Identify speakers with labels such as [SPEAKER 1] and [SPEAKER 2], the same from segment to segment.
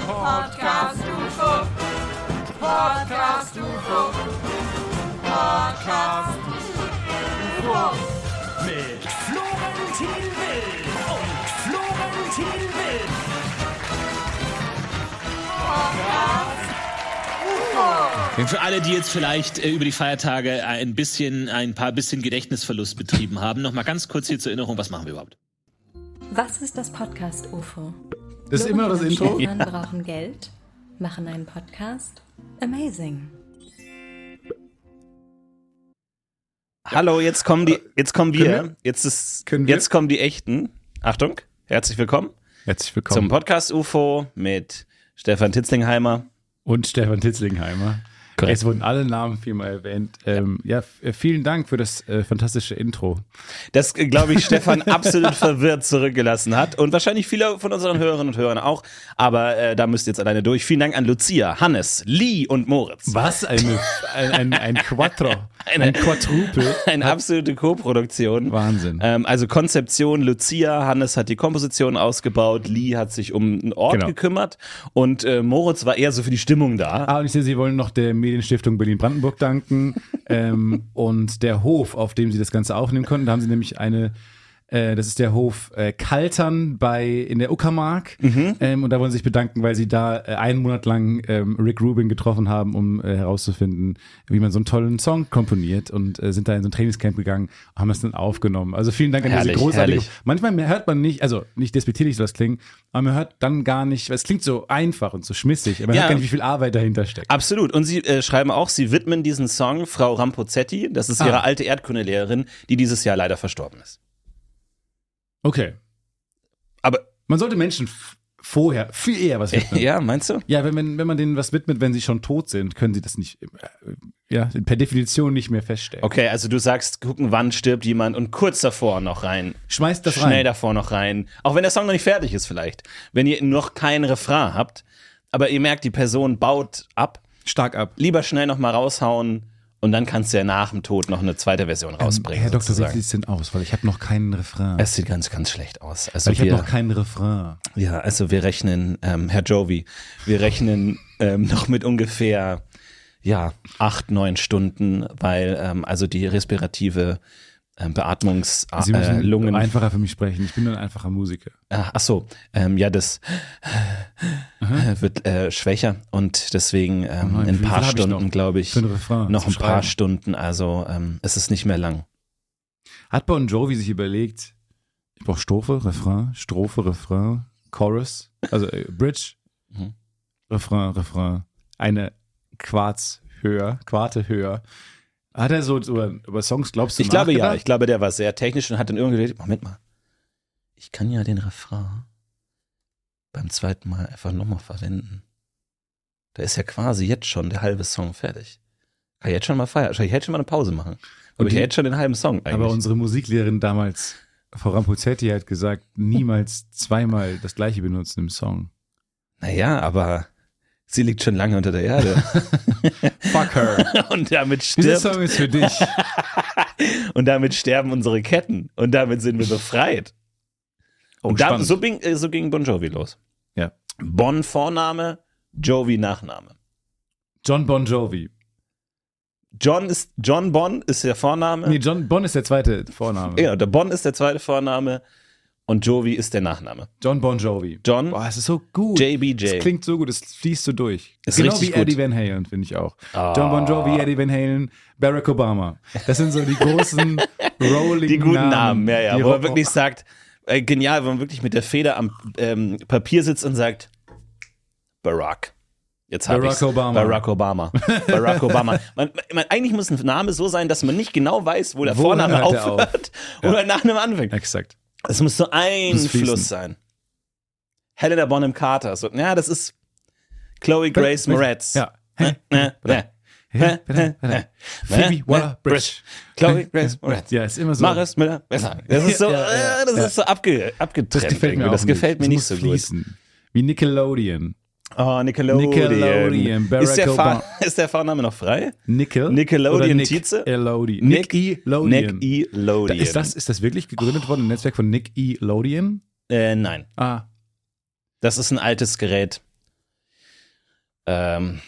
[SPEAKER 1] Podcast UFO. Podcast UFO. Podcast UFO.
[SPEAKER 2] Mit Florentin Will und Florentin Will.
[SPEAKER 3] Für alle, die jetzt vielleicht äh, über die Feiertage ein bisschen, ein paar bisschen Gedächtnisverlust betrieben haben, nochmal ganz kurz hier zur Erinnerung, was machen wir überhaupt?
[SPEAKER 4] Was ist das Podcast UFO?
[SPEAKER 5] Das ist immer das Intro.
[SPEAKER 4] Wir brauchen Geld, machen einen Podcast. Amazing.
[SPEAKER 6] Hallo, jetzt kommen die, jetzt kommen wir, jetzt ist,
[SPEAKER 5] Äh, Können wir?
[SPEAKER 6] jetzt kommen die echten. Achtung, herzlich willkommen
[SPEAKER 5] Herzlich
[SPEAKER 6] zum
[SPEAKER 5] willkommen.
[SPEAKER 6] Podcast UFO mit Stefan Titzlingheimer.
[SPEAKER 5] Und Stefan Titzlingheimer.
[SPEAKER 3] Korrekt.
[SPEAKER 5] Es wurden alle Namen viermal erwähnt. Ähm, ja, f- äh, vielen Dank für das äh, fantastische Intro.
[SPEAKER 6] Das, äh, glaube ich, Stefan absolut verwirrt zurückgelassen hat und wahrscheinlich viele von unseren Hörerinnen und Hörern auch. Aber äh, da müsst ihr jetzt alleine durch. Vielen Dank an Lucia, Hannes, Lee und Moritz.
[SPEAKER 5] Was? Eine, ein, ein, ein Quattro.
[SPEAKER 6] Eine-
[SPEAKER 5] ein Quadrupel.
[SPEAKER 6] Eine absolute Co-Produktion.
[SPEAKER 5] Wahnsinn.
[SPEAKER 6] Ähm, also Konzeption, Lucia, Hannes hat die Komposition ausgebaut, Lee hat sich um einen Ort
[SPEAKER 5] Genau.
[SPEAKER 6] gekümmert und äh, Moritz war eher so für die Stimmung da.
[SPEAKER 5] Ah, und ich sehe, Sie wollen noch der Medienstiftung Berlin-Brandenburg danken ähm, und der Hof, auf dem Sie das Ganze aufnehmen konnten. Da haben Sie nämlich eine, äh, das ist der Hof äh, Kaltern bei, in der Uckermark.
[SPEAKER 6] Mhm.
[SPEAKER 5] Ähm, und da wollen Sie sich bedanken, weil Sie da äh, einen Monat lang ähm, Rick Rubin getroffen haben, um äh, herauszufinden, wie man so einen tollen Song komponiert und äh, sind da in so ein Trainingscamp gegangen und haben das dann aufgenommen. Also vielen Dank an
[SPEAKER 6] Herrlich,
[SPEAKER 5] diese großartige
[SPEAKER 6] herrlich.
[SPEAKER 5] Manchmal hört man nicht, also nicht despektierlich soll das klingen, aber man hört dann gar nicht, weil es klingt so einfach und so schmissig, aber man
[SPEAKER 6] Ja.
[SPEAKER 5] hört gar nicht, wie viel Arbeit dahinter steckt.
[SPEAKER 6] Absolut. Und sie äh, schreiben auch, sie widmen diesen Song Frau Rampozetti. Das
[SPEAKER 5] Ah.
[SPEAKER 6] ist ihre alte Erdkundelehrerin, die dieses Jahr leider verstorben ist.
[SPEAKER 5] Okay.
[SPEAKER 6] Aber
[SPEAKER 5] Man sollte Menschen f- vorher viel eher was widmen. ja,
[SPEAKER 6] ja, meinst du?
[SPEAKER 5] wenn, wenn, wenn man denen was widmet, wenn sie schon tot sind, können sie das nicht, äh, ja, per Definition nicht mehr feststellen.
[SPEAKER 6] Okay, also du sagst, gucken, wann stirbt jemand und kurz davor noch rein.
[SPEAKER 5] Schmeißt das
[SPEAKER 6] Schnell
[SPEAKER 5] rein.
[SPEAKER 6] davor noch rein. Auch wenn der Song noch nicht fertig ist, vielleicht. Wenn ihr noch keinen Refrain habt, aber ihr merkt, die Person baut ab,
[SPEAKER 5] Stark ab.
[SPEAKER 6] lieber schnell noch mal raushauen und dann kannst du ja nach dem Tod noch eine zweite Version rausbringen.
[SPEAKER 5] Ähm, Herr Doktor, wie
[SPEAKER 6] sozusagen.
[SPEAKER 5] sieht es denn aus? Weil ich habe noch keinen Refrain.
[SPEAKER 6] es sieht ganz, ganz schlecht aus. Also
[SPEAKER 5] Weil ich habe
[SPEAKER 6] wir-
[SPEAKER 5] noch keinen Refrain.
[SPEAKER 6] Ja, also wir rechnen, ähm, Herr Jovi, wir rechnen ähm, noch mit ungefähr ja acht, neun Stunden, weil ähm, also die respirative ähm, Beatmungs
[SPEAKER 5] Sie
[SPEAKER 6] äh,
[SPEAKER 5] müssen
[SPEAKER 6] Lungen. Äh,
[SPEAKER 5] einfacher für mich sprechen. Ich bin nur ein einfacher Musiker.
[SPEAKER 6] ach so, ähm, ja das wird äh, schwächer und deswegen ähm,
[SPEAKER 5] Oh nein,
[SPEAKER 6] in
[SPEAKER 5] wie
[SPEAKER 6] ein
[SPEAKER 5] viel
[SPEAKER 6] paar
[SPEAKER 5] hab ich
[SPEAKER 6] Stunden
[SPEAKER 5] noch
[SPEAKER 6] glaube ich
[SPEAKER 5] für einen Refrain
[SPEAKER 6] noch
[SPEAKER 5] zu
[SPEAKER 6] ein paar
[SPEAKER 5] schreiben?
[SPEAKER 6] Stunden. Also ähm, es ist nicht mehr lang.
[SPEAKER 5] Hat Bon Jovi sich überlegt, ich brauche Strophe, Refrain, Strophe, Refrain, Chorus, also äh, Bridge,
[SPEAKER 6] Mhm.
[SPEAKER 5] Refrain, Refrain, eine Quarz höher, Quarte höher. Hat er so über, über Songs, glaubst du,
[SPEAKER 6] Ich glaube ja,
[SPEAKER 5] nachgedacht?
[SPEAKER 6] ich glaube der war sehr technisch und hat dann irgendwie gedacht, Moment mal, ich kann ja den Refrain beim zweiten Mal einfach nochmal verwenden. Da ist ja quasi jetzt schon der halbe Song fertig. Kann ich jetzt schon mal feiern, kann ich jetzt schon mal eine Pause machen. Aber
[SPEAKER 5] Und
[SPEAKER 6] ich
[SPEAKER 5] die-
[SPEAKER 6] jetzt schon den halben Song eigentlich.
[SPEAKER 5] Aber unsere Musiklehrerin damals, Frau Rampozetti, hat gesagt, niemals zweimal das gleiche benutzen im Song.
[SPEAKER 6] naja, aber sie liegt schon lange unter der Erde
[SPEAKER 5] Fuck her.
[SPEAKER 6] und damit
[SPEAKER 5] Dieser
[SPEAKER 6] stirbt
[SPEAKER 5] Song ist für dich.
[SPEAKER 6] und damit sterben unsere Ketten und damit sind wir befreit. und da,
[SPEAKER 5] Oh, spannend.
[SPEAKER 6] so, ging, äh, so ging Bon Jovi los.
[SPEAKER 5] Ja.
[SPEAKER 6] Bon Vorname, Jovi Nachname.
[SPEAKER 5] John Bon Jovi.
[SPEAKER 6] John ist John Bon ist der Vorname.
[SPEAKER 5] Nee, John Bon ist der zweite Vorname.
[SPEAKER 6] Ja, der Bon ist der zweite Vorname und Jovi ist der Nachname.
[SPEAKER 5] John Bon Jovi.
[SPEAKER 6] John
[SPEAKER 5] Boah, es ist so gut.
[SPEAKER 6] JBJ.
[SPEAKER 5] Es klingt so gut, es fließt so durch.
[SPEAKER 6] Ist
[SPEAKER 5] genau
[SPEAKER 6] richtig
[SPEAKER 5] wie Eddie
[SPEAKER 6] gut. Ah.
[SPEAKER 5] Van Halen, finde ich auch. John Bon Jovi, Eddie Van Halen, Barack Obama. Das sind so die großen Rolling
[SPEAKER 6] die guten Namen, ja, ja.
[SPEAKER 5] die
[SPEAKER 6] Wo
[SPEAKER 5] Ro-
[SPEAKER 6] man wirklich sagt, äh, genial, wenn man wirklich mit der Feder am ähm, Papier sitzt und sagt, Barack. Jetzt hab
[SPEAKER 5] Barack
[SPEAKER 6] ich's.
[SPEAKER 5] Obama.
[SPEAKER 6] Barack Obama. Barack Obama. Man, man, eigentlich muss ein Name so sein, dass man nicht genau weiß, wo der
[SPEAKER 5] Wo
[SPEAKER 6] Vorname
[SPEAKER 5] hört er auf?
[SPEAKER 6] aufhört oder der Nachname anfängt.
[SPEAKER 5] Exakt.
[SPEAKER 6] Es muss so ein
[SPEAKER 5] Muss fließen.
[SPEAKER 6] Fluss sein. Helena Bonham Carter. So, ja, das ist Chloe Grace Moretz.
[SPEAKER 5] Ja.
[SPEAKER 6] Ne, ne.
[SPEAKER 5] Hä? Hä? Hä? Phoebe
[SPEAKER 6] Ne?
[SPEAKER 5] Waller-Bridge.
[SPEAKER 6] Chloe Grace Moretz.
[SPEAKER 5] Ja, ist immer so.
[SPEAKER 6] Maris Müller. besser. Das ist so,
[SPEAKER 5] Ja, ja,
[SPEAKER 6] äh, das ist so abge, abgetrennt.
[SPEAKER 5] Das gefällt mir,
[SPEAKER 6] irgendwie.
[SPEAKER 5] auch
[SPEAKER 6] das gefällt mir
[SPEAKER 5] Es
[SPEAKER 6] nicht
[SPEAKER 5] muss
[SPEAKER 6] so
[SPEAKER 5] fließen. Wie Nickelodeon.
[SPEAKER 6] gut. Oh, Nickelodeon.
[SPEAKER 5] Nickelodeon, Barack
[SPEAKER 6] ist, der
[SPEAKER 5] Obama.
[SPEAKER 6] Fahr- ist der Fahrname noch frei?
[SPEAKER 5] Nickel.
[SPEAKER 6] Nickelodeon
[SPEAKER 5] oder Nick
[SPEAKER 6] Tietze?
[SPEAKER 5] Elodie. Nickelodeon. Da-
[SPEAKER 6] Nickelodeon.
[SPEAKER 5] Ist das, ist das wirklich gegründet worden, ein Netzwerk von Nick E. Lodian?
[SPEAKER 6] Äh, nein,
[SPEAKER 5] Ah,
[SPEAKER 6] das ist ein altes Gerät. Ähm,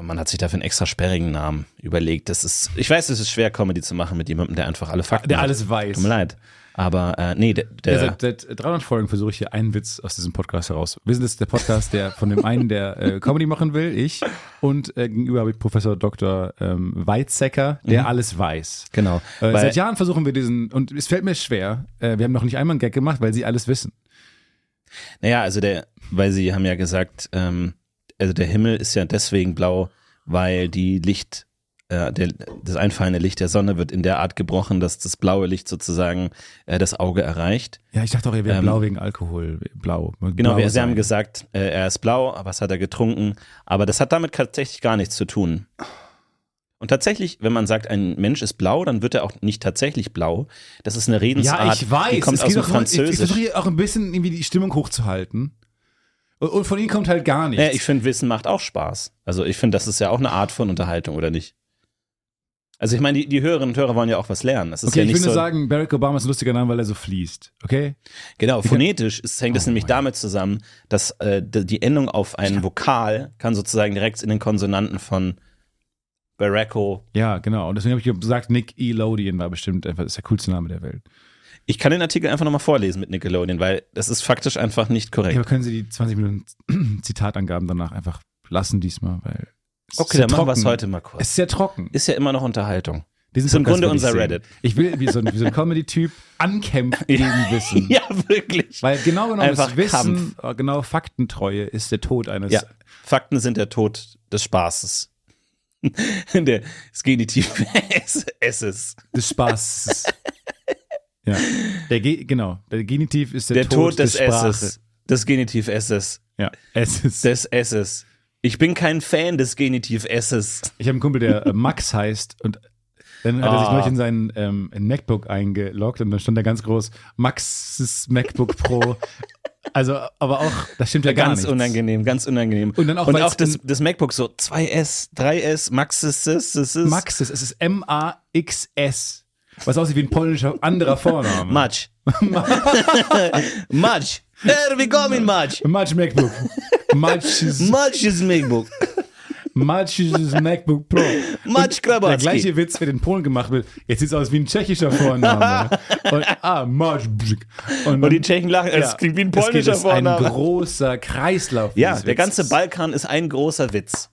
[SPEAKER 6] man hat sich dafür einen extra sperrigen Namen überlegt. Das ist, ich weiß, es ist schwer, Comedy zu machen mit jemandem, der einfach alle Fakten
[SPEAKER 5] Der
[SPEAKER 6] hat.
[SPEAKER 5] alles weiß.
[SPEAKER 6] Tut mir leid. Aber äh, nee, der, der,
[SPEAKER 5] Ja, seit, seit 300 Folgen versuche ich hier einen Witz aus diesem Podcast heraus. Wir sind jetzt der Podcast, der von dem einen, der äh, Comedy machen will, ich, und äh, gegenüber habe ich Professor Dr. Ähm, Weizsäcker, der alles weiß.
[SPEAKER 6] Genau.
[SPEAKER 5] Äh,
[SPEAKER 6] Mhm. Weil-
[SPEAKER 5] seit Jahren versuchen wir diesen, und es fällt mir schwer, äh, wir haben noch nicht einmal einen Gag gemacht, weil sie alles wissen.
[SPEAKER 6] Naja, also der, weil sie haben ja gesagt, ähm, also der Himmel ist ja deswegen blau, weil die Licht, äh, der, das einfallende Licht der Sonne wird in der Art gebrochen, dass das blaue Licht sozusagen äh, das Auge erreicht.
[SPEAKER 5] Ja, ich dachte auch, ihr wärt
[SPEAKER 6] Ähm,
[SPEAKER 5] blau wegen Alkohol. Blau.
[SPEAKER 6] Genau,
[SPEAKER 5] blau
[SPEAKER 6] wir, sie
[SPEAKER 5] sein.
[SPEAKER 6] haben gesagt, äh, er ist blau, aber was hat er getrunken? Aber das hat damit tatsächlich gar nichts zu tun. Und tatsächlich, wenn man sagt, ein Mensch ist blau, dann wird er auch nicht tatsächlich blau. Das ist eine Redensart,
[SPEAKER 5] Ja, ich weiß.
[SPEAKER 6] die kommt
[SPEAKER 5] es
[SPEAKER 6] aus
[SPEAKER 5] geht
[SPEAKER 6] dem
[SPEAKER 5] doch nur- Ich, ich versuche
[SPEAKER 6] Französisch.
[SPEAKER 5] hier auch ein bisschen irgendwie die Stimmung hochzuhalten. Und, und von ihnen kommt halt gar nichts.
[SPEAKER 6] Ja, ich finde, Wissen macht auch Spaß. Also ich finde, das ist ja auch eine Art von Unterhaltung, oder nicht? Also ich meine, die, die Hörerinnen und Hörer wollen ja auch was lernen. Das ist
[SPEAKER 5] okay,
[SPEAKER 6] ja
[SPEAKER 5] ich
[SPEAKER 6] nicht
[SPEAKER 5] will nur
[SPEAKER 6] so.
[SPEAKER 5] sagen, Barack Obama ist ein lustiger Name, weil er so fließt. Okay?
[SPEAKER 6] genau, phonetisch ist, hängt das
[SPEAKER 5] Oh
[SPEAKER 6] nämlich
[SPEAKER 5] mein
[SPEAKER 6] damit zusammen, dass äh, d- die Endung auf einen Vokal kann sozusagen direkt in den Konsonanten von Baracko.
[SPEAKER 5] Ja, genau. Und deswegen habe ich gesagt, Nick Elodian war bestimmt einfach ist der coolste Name der Welt.
[SPEAKER 6] Ich kann den Artikel einfach nochmal vorlesen mit Nickelodeon, weil das ist faktisch einfach nicht
[SPEAKER 5] Ja, aber
[SPEAKER 6] korrekt.
[SPEAKER 5] können Sie die 20 Minuten Zitatangaben danach einfach lassen diesmal, weil es
[SPEAKER 6] Okay,
[SPEAKER 5] ist
[SPEAKER 6] dann machen wir es
[SPEAKER 5] trocken.
[SPEAKER 6] heute mal
[SPEAKER 5] Es
[SPEAKER 6] kurz.
[SPEAKER 5] ist sehr trocken.
[SPEAKER 6] Ist ja immer noch Unterhaltung.
[SPEAKER 5] Diesen
[SPEAKER 6] ist im
[SPEAKER 5] Podcast
[SPEAKER 6] Grunde
[SPEAKER 5] will ich
[SPEAKER 6] unser
[SPEAKER 5] sehen.
[SPEAKER 6] Reddit.
[SPEAKER 5] Ich will wie so ein, wie so ein Comedy-Typ ankämpfen gegen Wissen.
[SPEAKER 6] Ja, wirklich.
[SPEAKER 5] Weil genau genommen
[SPEAKER 6] Einfach
[SPEAKER 5] ist Wissen, äh, genau Faktentreue ist der Tod eines.
[SPEAKER 6] Ja, Fakten sind der Tod des Spaßes. der, es gehen die Tiefen es, es ist.
[SPEAKER 5] des Spaßes. ja. Der Ge genau, der Genitiv ist der,
[SPEAKER 6] Der Tod, des,
[SPEAKER 5] Sprache.
[SPEAKER 6] Esses. Des Genitiv Esses.
[SPEAKER 5] Ja, es ist.
[SPEAKER 6] Des Esses. Ich bin kein Fan des Genitiv Esses.
[SPEAKER 5] Ich habe einen Kumpel, der äh, Max heißt und dann hat er sich
[SPEAKER 6] Ah.
[SPEAKER 5] neulich in seinen ähm, in MacBook eingeloggt und dann stand da ganz groß Max's MacBook Pro. also, aber auch, das stimmt ja gar
[SPEAKER 6] Ganz
[SPEAKER 5] nichts.
[SPEAKER 6] unangenehm, ganz unangenehm.
[SPEAKER 5] Und dann auch,
[SPEAKER 6] Und
[SPEAKER 5] weil's
[SPEAKER 6] auch das,
[SPEAKER 5] in-
[SPEAKER 6] das MacBook so 2S, 3S, Maxis, es ist.
[SPEAKER 5] Max's, es ist M-A-X-S. Was aussieht wie ein polnischer anderer Vorname.
[SPEAKER 6] Much. Much. Here we come in Much.
[SPEAKER 5] Much MacBook. Much's,
[SPEAKER 6] Much is MacBook.
[SPEAKER 5] Much's MacBook Pro. Der
[SPEAKER 6] Much Krabatski.
[SPEAKER 5] gleiche Witz, der in Polen gemacht wird. Jetzt sieht es aus wie ein tschechischer Vorname. Und, ah, Much. Und,
[SPEAKER 6] Und die
[SPEAKER 5] dann-
[SPEAKER 6] Tschechen lachen, es
[SPEAKER 5] Ja.
[SPEAKER 6] klingt wie ein
[SPEAKER 5] Es geht-
[SPEAKER 6] polnischer
[SPEAKER 5] es ist Ein
[SPEAKER 6] Vorname.
[SPEAKER 5] großer Kreislauf.
[SPEAKER 6] Ja,
[SPEAKER 5] dieses
[SPEAKER 6] der ganze
[SPEAKER 5] Witzes.
[SPEAKER 6] Balkan ist ein großer Witz.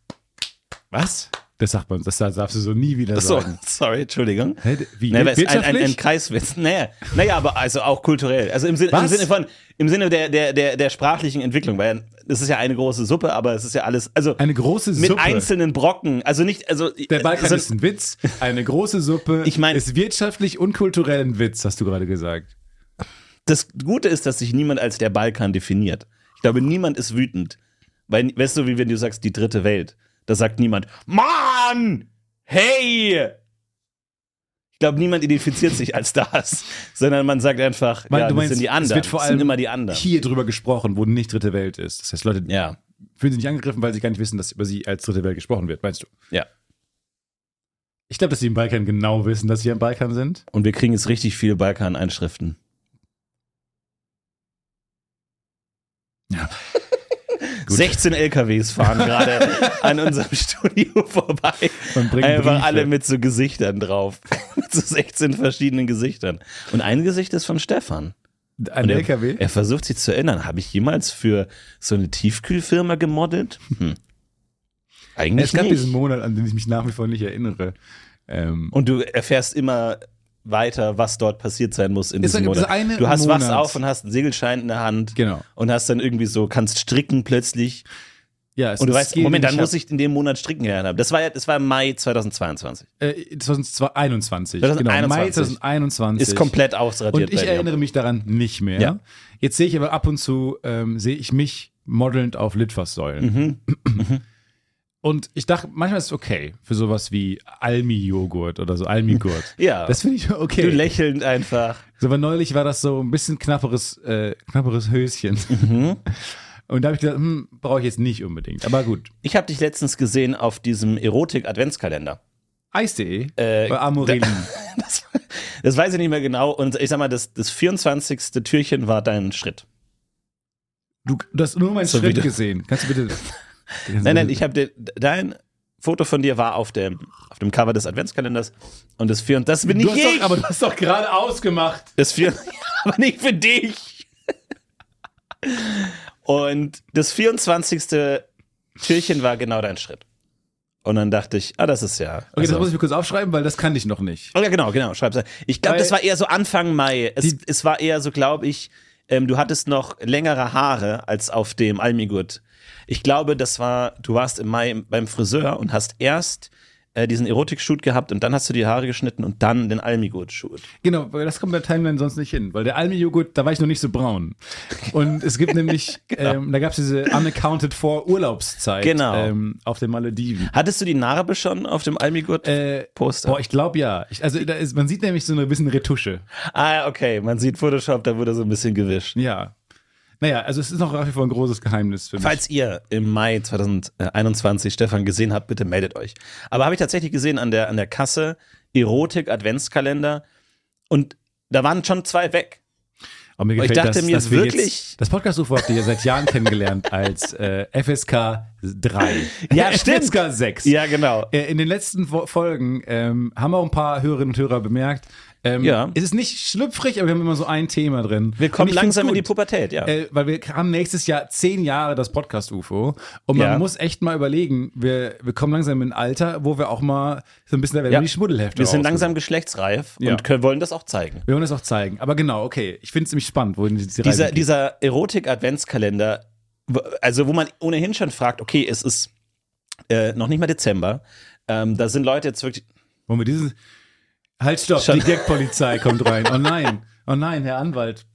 [SPEAKER 5] Was? Das sagt man, das darfst du so nie wieder
[SPEAKER 6] So,
[SPEAKER 5] sagen.
[SPEAKER 6] sorry, Entschuldigung.
[SPEAKER 5] Hä, wie,
[SPEAKER 6] Naja, ein, ein, ein
[SPEAKER 5] wirtschaftlich?
[SPEAKER 6] Kreiswitz. Naja, naja, aber also auch kulturell. Also im Sinne, im
[SPEAKER 5] Was?
[SPEAKER 6] Sinne von, im Sinne der, der, der, der sprachlichen Entwicklung, weil es ist ja eine große Suppe, aber es ist ja alles, also
[SPEAKER 5] Eine große
[SPEAKER 6] mit
[SPEAKER 5] Suppe.
[SPEAKER 6] einzelnen Brocken. Also nicht, also
[SPEAKER 5] der Balkan
[SPEAKER 6] so,
[SPEAKER 5] ist ein Witz, eine große Suppe.
[SPEAKER 6] Ich mein-
[SPEAKER 5] ist wirtschaftlich und kulturell ein Witz, hast du gerade gesagt.
[SPEAKER 6] das Gute ist, dass sich niemand als der Balkan definiert. Ich glaube, niemand ist wütend. Weil, weißt du, wie wenn du sagst, die dritte Welt, da sagt niemand, Mann! Hey! Ich glaube, niemand identifiziert sich als das, sondern man sagt einfach,
[SPEAKER 5] Weil
[SPEAKER 6] ja,
[SPEAKER 5] du
[SPEAKER 6] das
[SPEAKER 5] meinst,
[SPEAKER 6] sind die
[SPEAKER 5] es
[SPEAKER 6] anderen.
[SPEAKER 5] wird vor
[SPEAKER 6] das sind
[SPEAKER 5] allem
[SPEAKER 6] immer die anderen.
[SPEAKER 5] Hier drüber gesprochen, wo nicht dritte Welt ist. Das heißt, Leute
[SPEAKER 6] Ja,
[SPEAKER 5] fühlen sich nicht angegriffen, weil sie gar nicht wissen, dass über sie als dritte Welt gesprochen wird, meinst du?
[SPEAKER 6] ja.
[SPEAKER 5] Ich glaube, dass die im Balkan genau wissen, dass sie im Balkan sind.
[SPEAKER 6] Und wir kriegen jetzt richtig viele Balkan-Einschriften.
[SPEAKER 5] Ja.
[SPEAKER 6] 16 LKWs fahren gerade an unserem Studio vorbei.
[SPEAKER 5] Und bringen
[SPEAKER 6] Einfach
[SPEAKER 5] Briefe.
[SPEAKER 6] alle mit so Gesichtern drauf. mit so 16 verschiedenen Gesichtern. Und ein Gesicht ist von Stefan.
[SPEAKER 5] Ein
[SPEAKER 6] Und er-
[SPEAKER 5] LKW?
[SPEAKER 6] Er versucht sich zu erinnern. Habe ich jemals für so eine Tiefkühlfirma gemodelt? Hm. Eigentlich
[SPEAKER 5] Es gab
[SPEAKER 6] nicht.
[SPEAKER 5] diesen Monat, an den ich mich nach wie vor nicht erinnere. Ähm,
[SPEAKER 6] Und du erfährst immer weiter, was dort passiert sein muss in
[SPEAKER 5] Es
[SPEAKER 6] diesem
[SPEAKER 5] gibt
[SPEAKER 6] Monat.
[SPEAKER 5] das eine
[SPEAKER 6] du hast wachst
[SPEAKER 5] Monat.
[SPEAKER 6] auf und hast einen Segelschein in der Hand
[SPEAKER 5] Genau.
[SPEAKER 6] und hast dann irgendwie so, kannst stricken plötzlich.
[SPEAKER 5] ja, es
[SPEAKER 6] Und du
[SPEAKER 5] ist ein
[SPEAKER 6] weißt,
[SPEAKER 5] Skill,
[SPEAKER 6] Moment,
[SPEAKER 5] den
[SPEAKER 6] dann muss
[SPEAKER 5] hab.
[SPEAKER 6] ich in dem Monat stricken gelernt haben. Das war ja, das war im Mai 2022.
[SPEAKER 5] Äh, 2021.
[SPEAKER 6] 2021.
[SPEAKER 5] Genau, Mai 2021.
[SPEAKER 6] Ist komplett ausradiert
[SPEAKER 5] Und ich
[SPEAKER 6] bei dir.
[SPEAKER 5] erinnere mich daran nicht mehr.
[SPEAKER 6] Ja.
[SPEAKER 5] Jetzt sehe ich aber ab und zu, ähm, sehe ich mich modelnd auf Litfaßsäulen.
[SPEAKER 6] Mhm.
[SPEAKER 5] Und ich dachte, manchmal ist es okay für sowas wie Almi-Joghurt oder so, Almigurt.
[SPEAKER 6] Ja.
[SPEAKER 5] Das finde ich okay.
[SPEAKER 6] Du lächelnd einfach.
[SPEAKER 5] So, aber neulich war das so ein bisschen knapperes, äh, knapperes Höschen.
[SPEAKER 6] Mhm.
[SPEAKER 5] Und da habe ich gedacht, hm, brauche ich jetzt nicht unbedingt. Aber gut.
[SPEAKER 6] Ich habe dich letztens gesehen auf diesem Erotik-Adventskalender.
[SPEAKER 5] Eis.de
[SPEAKER 6] Äh,
[SPEAKER 5] bei Amorelli.
[SPEAKER 6] Das, das weiß ich nicht mehr genau. Und ich sag mal, das, das 24. Türchen war dein Schritt.
[SPEAKER 5] Du, du hast nur meinen
[SPEAKER 6] So
[SPEAKER 5] Schritt
[SPEAKER 6] wieder.
[SPEAKER 5] gesehen. Kannst du bitte.
[SPEAKER 6] Nein, nein, ich habe dein Foto von dir war auf dem, auf dem Cover des Adventskalenders und das vier und das bin
[SPEAKER 5] Du
[SPEAKER 6] nicht
[SPEAKER 5] hast doch,
[SPEAKER 6] ich.
[SPEAKER 5] aber du hast doch gerade ausgemacht.
[SPEAKER 6] Das vier, aber nicht für dich. Und das 24. Türchen war genau dein Schritt. Und dann dachte ich, ah, das ist ja.
[SPEAKER 5] Okay, das
[SPEAKER 6] also-
[SPEAKER 5] muss ich mir kurz aufschreiben, weil das kann ich noch nicht.
[SPEAKER 6] Oh Ja, genau, genau, schreib's rein. Ich glaube,
[SPEAKER 5] Weil-
[SPEAKER 6] das war eher so Anfang Mai. Es,
[SPEAKER 5] Die-
[SPEAKER 6] es war eher so, glaube ich, ähm, du hattest noch längere Haare als auf dem Almigurt. Ich glaube, das war, du warst im Mai im- beim Friseur und hast erst äh, diesen Erotik-Shoot gehabt und dann hast du die Haare geschnitten und dann den Almigurt-Shoot.
[SPEAKER 5] Genau, weil das kommt der Timeline sonst nicht hin, weil der Almi-Joghurt, da war ich noch nicht so braun. Und es gibt nämlich, ähm, da gab es diese unaccounted for Urlaubszeit
[SPEAKER 6] Genau.
[SPEAKER 5] ähm, auf den Malediven. Äh,
[SPEAKER 6] Hattest du die Narbe schon auf dem Almigurt-Poster?
[SPEAKER 5] Boah, ich glaube ja. Ich, also da ist, man sieht nämlich so eine bisschen Retusche.
[SPEAKER 6] ah, okay, man sieht Photoshop, da wurde so ein bisschen gewischt.
[SPEAKER 5] Ja. Naja, also es ist noch nach wie vor ein großes Geheimnis für mich.
[SPEAKER 6] Falls ihr im Mai 2021 Stefan gesehen habt, bitte meldet euch. Aber habe ich tatsächlich gesehen an der, an der Kasse, Erotik, Adventskalender. Und da waren schon zwei weg.
[SPEAKER 5] Aber Oh, mir
[SPEAKER 6] Oh, Ich
[SPEAKER 5] gefällt
[SPEAKER 6] dachte
[SPEAKER 5] das,
[SPEAKER 6] mir
[SPEAKER 5] dass wir
[SPEAKER 6] wirklich-
[SPEAKER 5] Jetzt, das Podcast-UFO habt ihr ja seit Jahren kennengelernt als äh, FSK 3.
[SPEAKER 6] Ja, stimmt.
[SPEAKER 5] FSK 6.
[SPEAKER 6] Ja, genau.
[SPEAKER 5] Äh, In den letzten Wo- Folgen ähm, haben auch ein paar Hörerinnen und Hörer bemerkt, ähm,
[SPEAKER 6] Ja.
[SPEAKER 5] es ist nicht schlüpfrig, aber wir haben immer so ein Thema drin.
[SPEAKER 6] Wir kommen
[SPEAKER 5] Und ich find's
[SPEAKER 6] langsam in
[SPEAKER 5] gut.
[SPEAKER 6] die Pubertät, ja.
[SPEAKER 5] Äh, weil wir haben nächstes Jahr zehn Jahre das Podcast-UFO und man
[SPEAKER 6] Ja.
[SPEAKER 5] muss echt mal überlegen, wir, wir kommen langsam in ein Alter, wo wir auch mal so ein bisschen, da werden wir die Schmuddelhefte
[SPEAKER 6] Wir sind
[SPEAKER 5] rausholen.
[SPEAKER 6] langsam geschlechtsreif
[SPEAKER 5] Ja.
[SPEAKER 6] und können, wollen das auch zeigen.
[SPEAKER 5] Wir wollen das auch zeigen. Aber genau, okay. Ich finde es nämlich spannend, wohin die, die Reise
[SPEAKER 6] Dieser,
[SPEAKER 5] geht.
[SPEAKER 6] dieser Erotik-Adventskalender, w- also wo man ohnehin schon fragt, okay, es ist äh, noch nicht mal Dezember. Ähm, da sind Leute jetzt wirklich,
[SPEAKER 5] Wollen wir dieses. Halt, stopp,
[SPEAKER 6] Schon.
[SPEAKER 5] die Gag-Polizei kommt rein. Oh nein, oh nein, Herr Anwalt.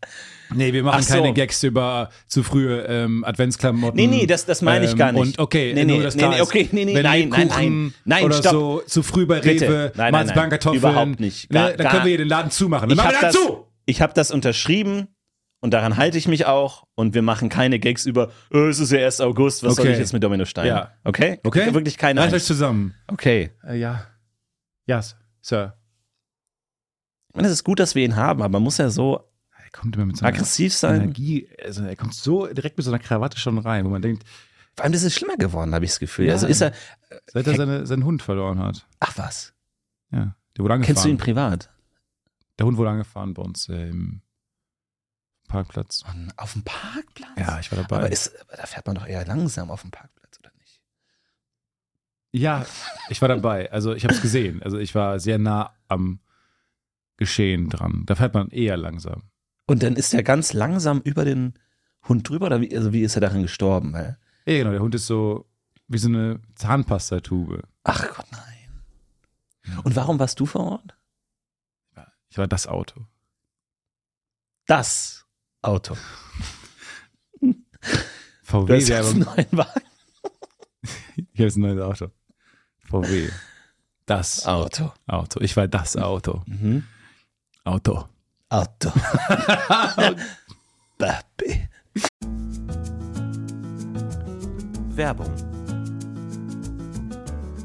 [SPEAKER 5] Nee, wir machen
[SPEAKER 6] Ach so.
[SPEAKER 5] keine Gags über zu frühe ähm, Adventsklamotten. ähm,
[SPEAKER 6] Nee, nee, das- das meine ich gar
[SPEAKER 5] Und
[SPEAKER 6] nicht.
[SPEAKER 5] okay,
[SPEAKER 6] Nee,
[SPEAKER 5] nur
[SPEAKER 6] nee,
[SPEAKER 5] das
[SPEAKER 6] nee,
[SPEAKER 5] klar
[SPEAKER 6] nee,
[SPEAKER 5] ist,
[SPEAKER 6] okay, nee, nee,
[SPEAKER 5] wenn
[SPEAKER 6] nein, nein,
[SPEAKER 5] Lebkuchen
[SPEAKER 6] nein. Nein,
[SPEAKER 5] oder
[SPEAKER 6] stopp.
[SPEAKER 5] so zu früh bei
[SPEAKER 6] Bitte.
[SPEAKER 5] Rewe,
[SPEAKER 6] Nein, nein, nein.
[SPEAKER 5] Marzipankartoffeln.
[SPEAKER 6] Überhaupt nicht. Gar-
[SPEAKER 5] ne, dann
[SPEAKER 6] gar-
[SPEAKER 5] können wir hier den Laden zumachen. Dann
[SPEAKER 6] Ich
[SPEAKER 5] machen wir
[SPEAKER 6] habe
[SPEAKER 5] den
[SPEAKER 6] das,
[SPEAKER 5] Laden zu!
[SPEAKER 6] ich hab das unterschrieben und daran halte ich mich auch. Und wir machen keine Gags über, äh, es ist ja erst August, was soll
[SPEAKER 5] Okay.
[SPEAKER 6] ich jetzt mit Domino Stein?
[SPEAKER 5] Ja.
[SPEAKER 6] Okay?
[SPEAKER 5] Okay?
[SPEAKER 6] Wirklich keine.
[SPEAKER 5] Reicht euch
[SPEAKER 6] Angst.
[SPEAKER 5] zusammen.
[SPEAKER 6] Okay.
[SPEAKER 5] Äh, ja. Ja, Sir.
[SPEAKER 6] Ich meine, es ist gut, dass wir ihn haben, aber man muss ja so
[SPEAKER 5] Er kommt immer mit so einer
[SPEAKER 6] aggressiv sein.
[SPEAKER 5] Energie. Also er kommt so direkt mit so einer Krawatte schon rein, wo man denkt,
[SPEAKER 6] Vor allem, das ist schlimmer geworden, habe ich das Gefühl.
[SPEAKER 5] Ja.
[SPEAKER 6] Also ist er,
[SPEAKER 5] seit er seine, seinen Hund verloren hat.
[SPEAKER 6] ach was,
[SPEAKER 5] Ja, der wurde angefahren.
[SPEAKER 6] kennst du ihn privat?
[SPEAKER 5] Der Hund wurde angefahren bei uns äh, im Parkplatz.
[SPEAKER 6] Mann, Auf dem Parkplatz?
[SPEAKER 5] Ja, ich war dabei.
[SPEAKER 6] aber ist, aber da fährt man doch eher langsam auf dem Parkplatz, oder nicht?
[SPEAKER 5] ja, ich war dabei. Also ich habe es gesehen. Also ich war sehr nah am Geschehen dran. Da fährt man eher langsam.
[SPEAKER 6] Und dann ist er ganz langsam über den Hund drüber, oder wie, also wie ist er daran gestorben? Weil,
[SPEAKER 5] Ja, genau. Der Hund ist so wie so eine Zahnpastatube.
[SPEAKER 6] ach Gott, nein. Und warum warst du vor Ort?
[SPEAKER 5] Ich war das Auto.
[SPEAKER 6] das Auto. Das ist ein
[SPEAKER 5] VW-Werbung.
[SPEAKER 6] neuer Wagen.
[SPEAKER 5] Hier ist ein neues Auto. VW. Das
[SPEAKER 6] Auto.
[SPEAKER 5] Auto. Ich war das Auto.
[SPEAKER 6] Ah. Mhm.
[SPEAKER 5] Auto.
[SPEAKER 6] Auto. Baby.
[SPEAKER 7] Werbung.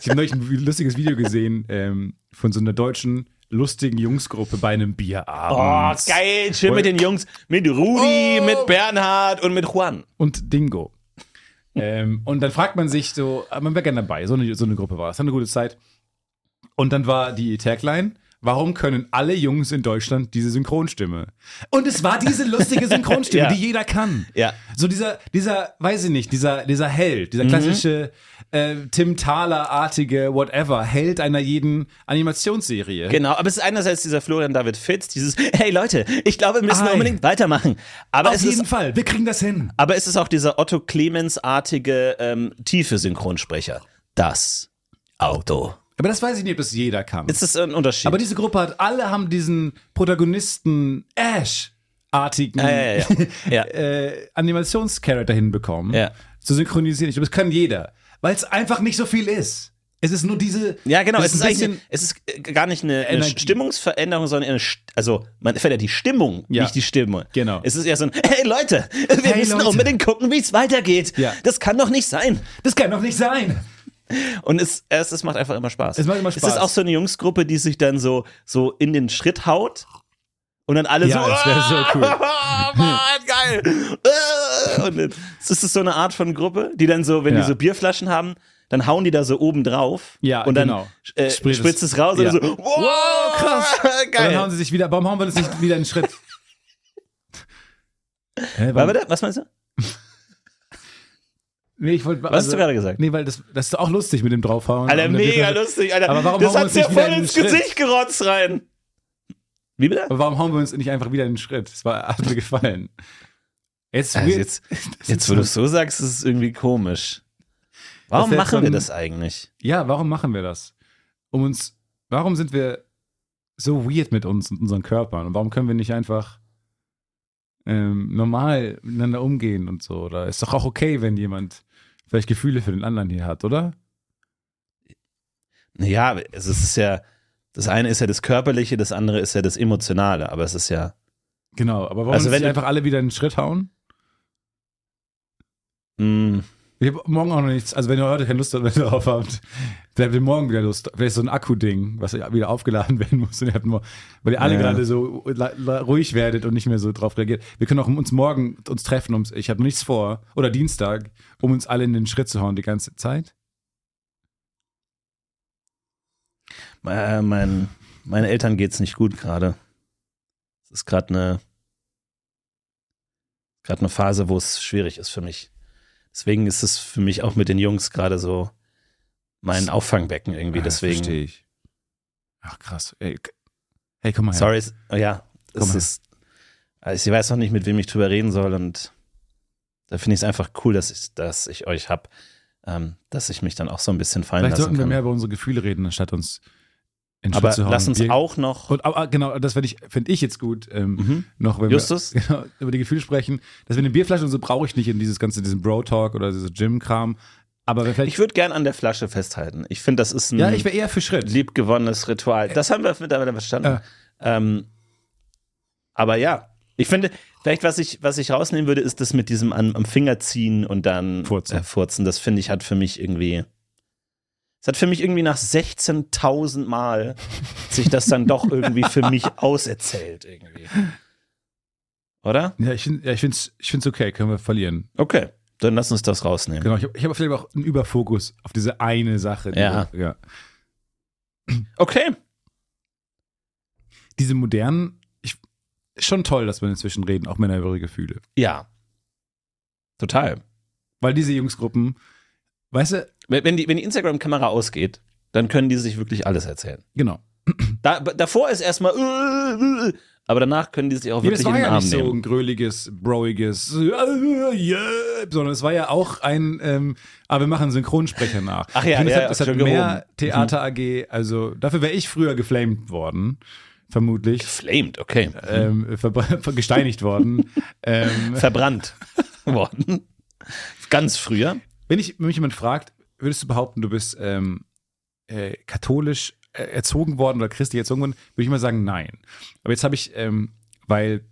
[SPEAKER 5] Ich habe neulich ein lustiges Video gesehen ähm, von so einer deutschen lustigen Jungsgruppe bei einem
[SPEAKER 6] Oh,
[SPEAKER 5] Bierabend.
[SPEAKER 6] geil, schön mit den Jungs, mit Rudi, mit Bernhard und mit Juan.
[SPEAKER 5] und Dingo. ähm, und dann fragt man sich so, aber man wäre gerne dabei, so eine, so eine Gruppe war es, hat eine gute Zeit. Und dann war die Tagline, warum können alle Jungs in Deutschland diese Synchronstimme? Und es war diese lustige Synchronstimme,
[SPEAKER 6] Ja.
[SPEAKER 5] die jeder kann.
[SPEAKER 6] Ja. Mhm.
[SPEAKER 5] So dieser, dieser, weiß ich nicht, dieser, dieser Held, dieser klassische äh, Tim Thaler-artige whatever, Held einer jeden Animationsserie.
[SPEAKER 6] Genau, aber es ist einerseits dieser Florian David Fitz, dieses, hey Leute, ich glaube, wir müssen
[SPEAKER 5] Ei.
[SPEAKER 6] unbedingt weitermachen. Aber
[SPEAKER 5] Auf
[SPEAKER 6] es,
[SPEAKER 5] jeden
[SPEAKER 6] ist,
[SPEAKER 5] Fall, wir kriegen das hin.
[SPEAKER 6] aber es ist auch dieser Otto Clemens-artige, ähm, tiefe Synchronsprecher. Das Auto.
[SPEAKER 5] Aber das weiß ich nicht, ob das jeder kann.
[SPEAKER 6] Ist das ein Unterschied?
[SPEAKER 5] Aber diese Gruppe hat, alle haben diesen Protagonisten Ash-artigen
[SPEAKER 6] ja, ja, ja. ja.
[SPEAKER 5] äh, Animationscharakter hinbekommen,
[SPEAKER 6] Ja.
[SPEAKER 5] zu synchronisieren. Ich glaube, das kann jeder, weil es einfach nicht so viel ist. Es ist nur diese.
[SPEAKER 6] Ja, genau.
[SPEAKER 5] das
[SPEAKER 6] Es ist,
[SPEAKER 5] ein
[SPEAKER 6] eigentlich
[SPEAKER 5] bisschen.
[SPEAKER 6] eine, es ist äh, gar nicht eine, eine
[SPEAKER 5] Energie.
[SPEAKER 6] Stimmungsveränderung, sondern eine, St- also man verändert die Stimmung,
[SPEAKER 5] Ja.
[SPEAKER 6] nicht die Stimme.
[SPEAKER 5] Genau.
[SPEAKER 6] Es ist eher so ein, hey Leute, wir
[SPEAKER 5] Hey,
[SPEAKER 6] müssen
[SPEAKER 5] Leute.
[SPEAKER 6] unbedingt gucken, wie es weitergeht.
[SPEAKER 5] Ja.
[SPEAKER 6] Das kann doch nicht sein.
[SPEAKER 5] Das kann doch nicht sein.
[SPEAKER 6] Und es, es, es macht einfach immer Spaß.
[SPEAKER 5] Es macht immer
[SPEAKER 6] Es
[SPEAKER 5] Spaß.
[SPEAKER 6] ist auch so eine Jungsgruppe, die sich dann so, so in den Schritt haut und dann alle so,
[SPEAKER 5] das wäre so cool.
[SPEAKER 6] "Ah, Mann, geil. Ah." Und dann, es ist so eine Art von Gruppe, die dann so, wenn
[SPEAKER 5] Ja.
[SPEAKER 6] die so Bierflaschen haben, dann hauen die da so oben drauf
[SPEAKER 5] Ja,
[SPEAKER 6] und dann
[SPEAKER 5] genau.
[SPEAKER 6] äh,
[SPEAKER 5] Spritzt
[SPEAKER 6] spritzt,
[SPEAKER 5] es.
[SPEAKER 6] es raus
[SPEAKER 5] Ja.
[SPEAKER 6] und dann so, wow, krass,
[SPEAKER 5] Dann hauen
[SPEAKER 6] geil.
[SPEAKER 5] sie sich wieder. Warum hauen wir das nicht wieder in den Schritt? Hä,
[SPEAKER 6] War
[SPEAKER 5] warum-
[SPEAKER 6] bitte? Was meinst du?
[SPEAKER 5] Nee, ich wollte. Was
[SPEAKER 6] hast du gerade gesagt?
[SPEAKER 5] Nee, weil das, das ist auch lustig mit dem Draufhauen.
[SPEAKER 6] Alter,
[SPEAKER 5] Und dann wird
[SPEAKER 6] mega
[SPEAKER 5] dann-
[SPEAKER 6] lustig, Alter.
[SPEAKER 5] Aber warum
[SPEAKER 6] das
[SPEAKER 5] hauen wir
[SPEAKER 6] hat
[SPEAKER 5] uns
[SPEAKER 6] ja
[SPEAKER 5] nicht wieder
[SPEAKER 6] voll
[SPEAKER 5] in den
[SPEAKER 6] ins
[SPEAKER 5] Schritt?
[SPEAKER 6] Gesicht gerotzt rein. Wie bitte?
[SPEAKER 5] Aber warum hauen wir uns nicht einfach wieder in den Schritt? Das war, hat mir gefallen. Jetzt,
[SPEAKER 6] Also
[SPEAKER 5] weird.
[SPEAKER 6] jetzt-
[SPEAKER 5] Das ist
[SPEAKER 6] Jetzt, wo du
[SPEAKER 5] so-
[SPEAKER 6] es so sagst, ist es irgendwie komisch.
[SPEAKER 5] Das
[SPEAKER 6] Warum
[SPEAKER 5] wär
[SPEAKER 6] machen
[SPEAKER 5] schon-
[SPEAKER 6] wir das eigentlich?
[SPEAKER 5] Ja, warum machen wir das? Um uns, warum sind wir so weird mit uns und unseren Körpern? Und warum können wir nicht einfach ähm, normal miteinander umgehen und so? Oder ist doch auch okay, wenn jemand vielleicht Gefühle für den anderen hier hat, oder?
[SPEAKER 6] Naja, es ist ja, das eine ist ja das Körperliche, das andere ist ja das Emotionale, aber es ist ja,
[SPEAKER 5] Genau, aber warum
[SPEAKER 6] Also
[SPEAKER 5] also
[SPEAKER 6] wenn
[SPEAKER 5] wenn
[SPEAKER 6] du-
[SPEAKER 5] einfach alle wieder einen Schritt hauen?
[SPEAKER 6] mh,
[SPEAKER 5] Ich habe morgen auch noch nichts, also wenn ihr heute keine Lust darauf habt, vielleicht habt ihr morgen wieder Lust. Vielleicht ist so ein Akku-Ding, was wieder aufgeladen werden muss. Und ihr habt mor- weil ihr alle
[SPEAKER 6] Ja.
[SPEAKER 5] gerade so la- la- ruhig werdet und nicht mehr so drauf reagiert. Wir können auch uns morgen uns treffen, um, ich habe nichts vor, oder Dienstag, um uns alle in den Schritt zu hauen die ganze Zeit.
[SPEAKER 6] äh, mein, meinen Eltern geht's nicht gut gerade. Es ist gerade eine, gerade eine ne Phase, wo es schwierig ist für mich. Deswegen ist es für mich auch mit den Jungs gerade so mein Auffangbecken irgendwie,
[SPEAKER 5] Ah, Ja, das
[SPEAKER 6] deswegen.
[SPEAKER 5] Verstehe ich. Ach krass. Ey, k- hey, komm mal her.
[SPEAKER 6] Sorry, es- oh ja,
[SPEAKER 5] Komm
[SPEAKER 6] es
[SPEAKER 5] her.
[SPEAKER 6] ist, also ich weiß noch nicht, mit wem ich drüber reden soll und da finde ich es einfach cool, dass ich, dass ich euch hab, ähm, dass ich mich dann auch so ein bisschen fallen
[SPEAKER 5] Vielleicht
[SPEAKER 6] lassen
[SPEAKER 5] sollten wir
[SPEAKER 6] kann.
[SPEAKER 5] mehr über unsere Gefühle reden, anstatt uns in den
[SPEAKER 6] Aber
[SPEAKER 5] Schritt zu hauen.
[SPEAKER 6] lass uns
[SPEAKER 5] Wir-
[SPEAKER 6] auch noch,
[SPEAKER 5] Und aber, genau, das finde ich, find ich jetzt gut. Ähm,
[SPEAKER 6] Mhm.
[SPEAKER 5] Noch wenn
[SPEAKER 6] Justus?
[SPEAKER 5] wir genau, über die Gefühle sprechen. Das mit den Bierflaschen und so brauche ich nicht in dieses ganze, diesen Bro-Talk oder dieses Gym-Kram. Aber wenn vielleicht.
[SPEAKER 6] ich würde gern an der Flasche festhalten. Ich finde, das ist ein
[SPEAKER 5] ja, ich wäre eher für Schritt.
[SPEAKER 6] liebgewonnenes Ritual. Das haben wir mittlerweile verstanden.
[SPEAKER 5] Äh.
[SPEAKER 6] Ähm, aber ja, ich finde, vielleicht was ich, was ich rausnehmen würde, ist das mit diesem am, am Finger ziehen und dann
[SPEAKER 5] Furzen.
[SPEAKER 6] Äh, furzen. Das finde ich hat für mich irgendwie, es hat für mich irgendwie nach 16.000 Mal sich das dann doch irgendwie für mich auserzählt irgendwie. Oder?
[SPEAKER 5] Ja, ich finde es ja, ich find's, ich find's okay, können wir verlieren.
[SPEAKER 6] Okay, dann lass uns das rausnehmen.
[SPEAKER 5] Genau, ich habe ich hab vielleicht auch einen Überfokus auf diese eine Sache. die
[SPEAKER 6] Ja.
[SPEAKER 5] Wir, ja. Genau.
[SPEAKER 6] Okay.
[SPEAKER 5] Diese modernen, ich, schon toll, dass wir inzwischen reden, auch Männer über ihre Gefühle.
[SPEAKER 6] Ja. Total.
[SPEAKER 5] Weil diese Jungsgruppen, weißt du,
[SPEAKER 6] Wenn wenn die, wenn die Instagram-Kamera ausgeht,
[SPEAKER 8] Dann können die sich wirklich alles erzählen.
[SPEAKER 5] Genau.
[SPEAKER 8] Da, b- davor ist erstmal, äh, äh, aber danach können die sich auch
[SPEAKER 5] Nee,
[SPEAKER 8] wirklich
[SPEAKER 5] das war
[SPEAKER 8] in den
[SPEAKER 5] ja
[SPEAKER 8] Arm
[SPEAKER 5] nicht so
[SPEAKER 8] nehmen.
[SPEAKER 5] ein gröliges, broiges, äh, äh, yeah, sondern es war ja auch ein, ähm, aber wir machen einen Synchronsprecher nach.
[SPEAKER 8] Ach ja,
[SPEAKER 5] ich finde,
[SPEAKER 8] ja,
[SPEAKER 5] es hat, es hat
[SPEAKER 8] schön
[SPEAKER 5] mehr
[SPEAKER 8] gehoben. Mhm.
[SPEAKER 5] Theater AG, also dafür wäre ich früher geflamed worden, vermutlich,
[SPEAKER 8] Flamed, okay. Mhm.
[SPEAKER 5] ähm, verbra- ver gesteinigt worden. ähm,
[SPEAKER 8] Verbrannt worden. Ganz früher.
[SPEAKER 5] wenn, ich, wenn mich jemand fragt, würdest du behaupten, du bist ähm, äh, katholisch äh, erzogen worden oder christlich erzogen worden, würde ich mal sagen, nein. Aber jetzt habe ich, ähm, weil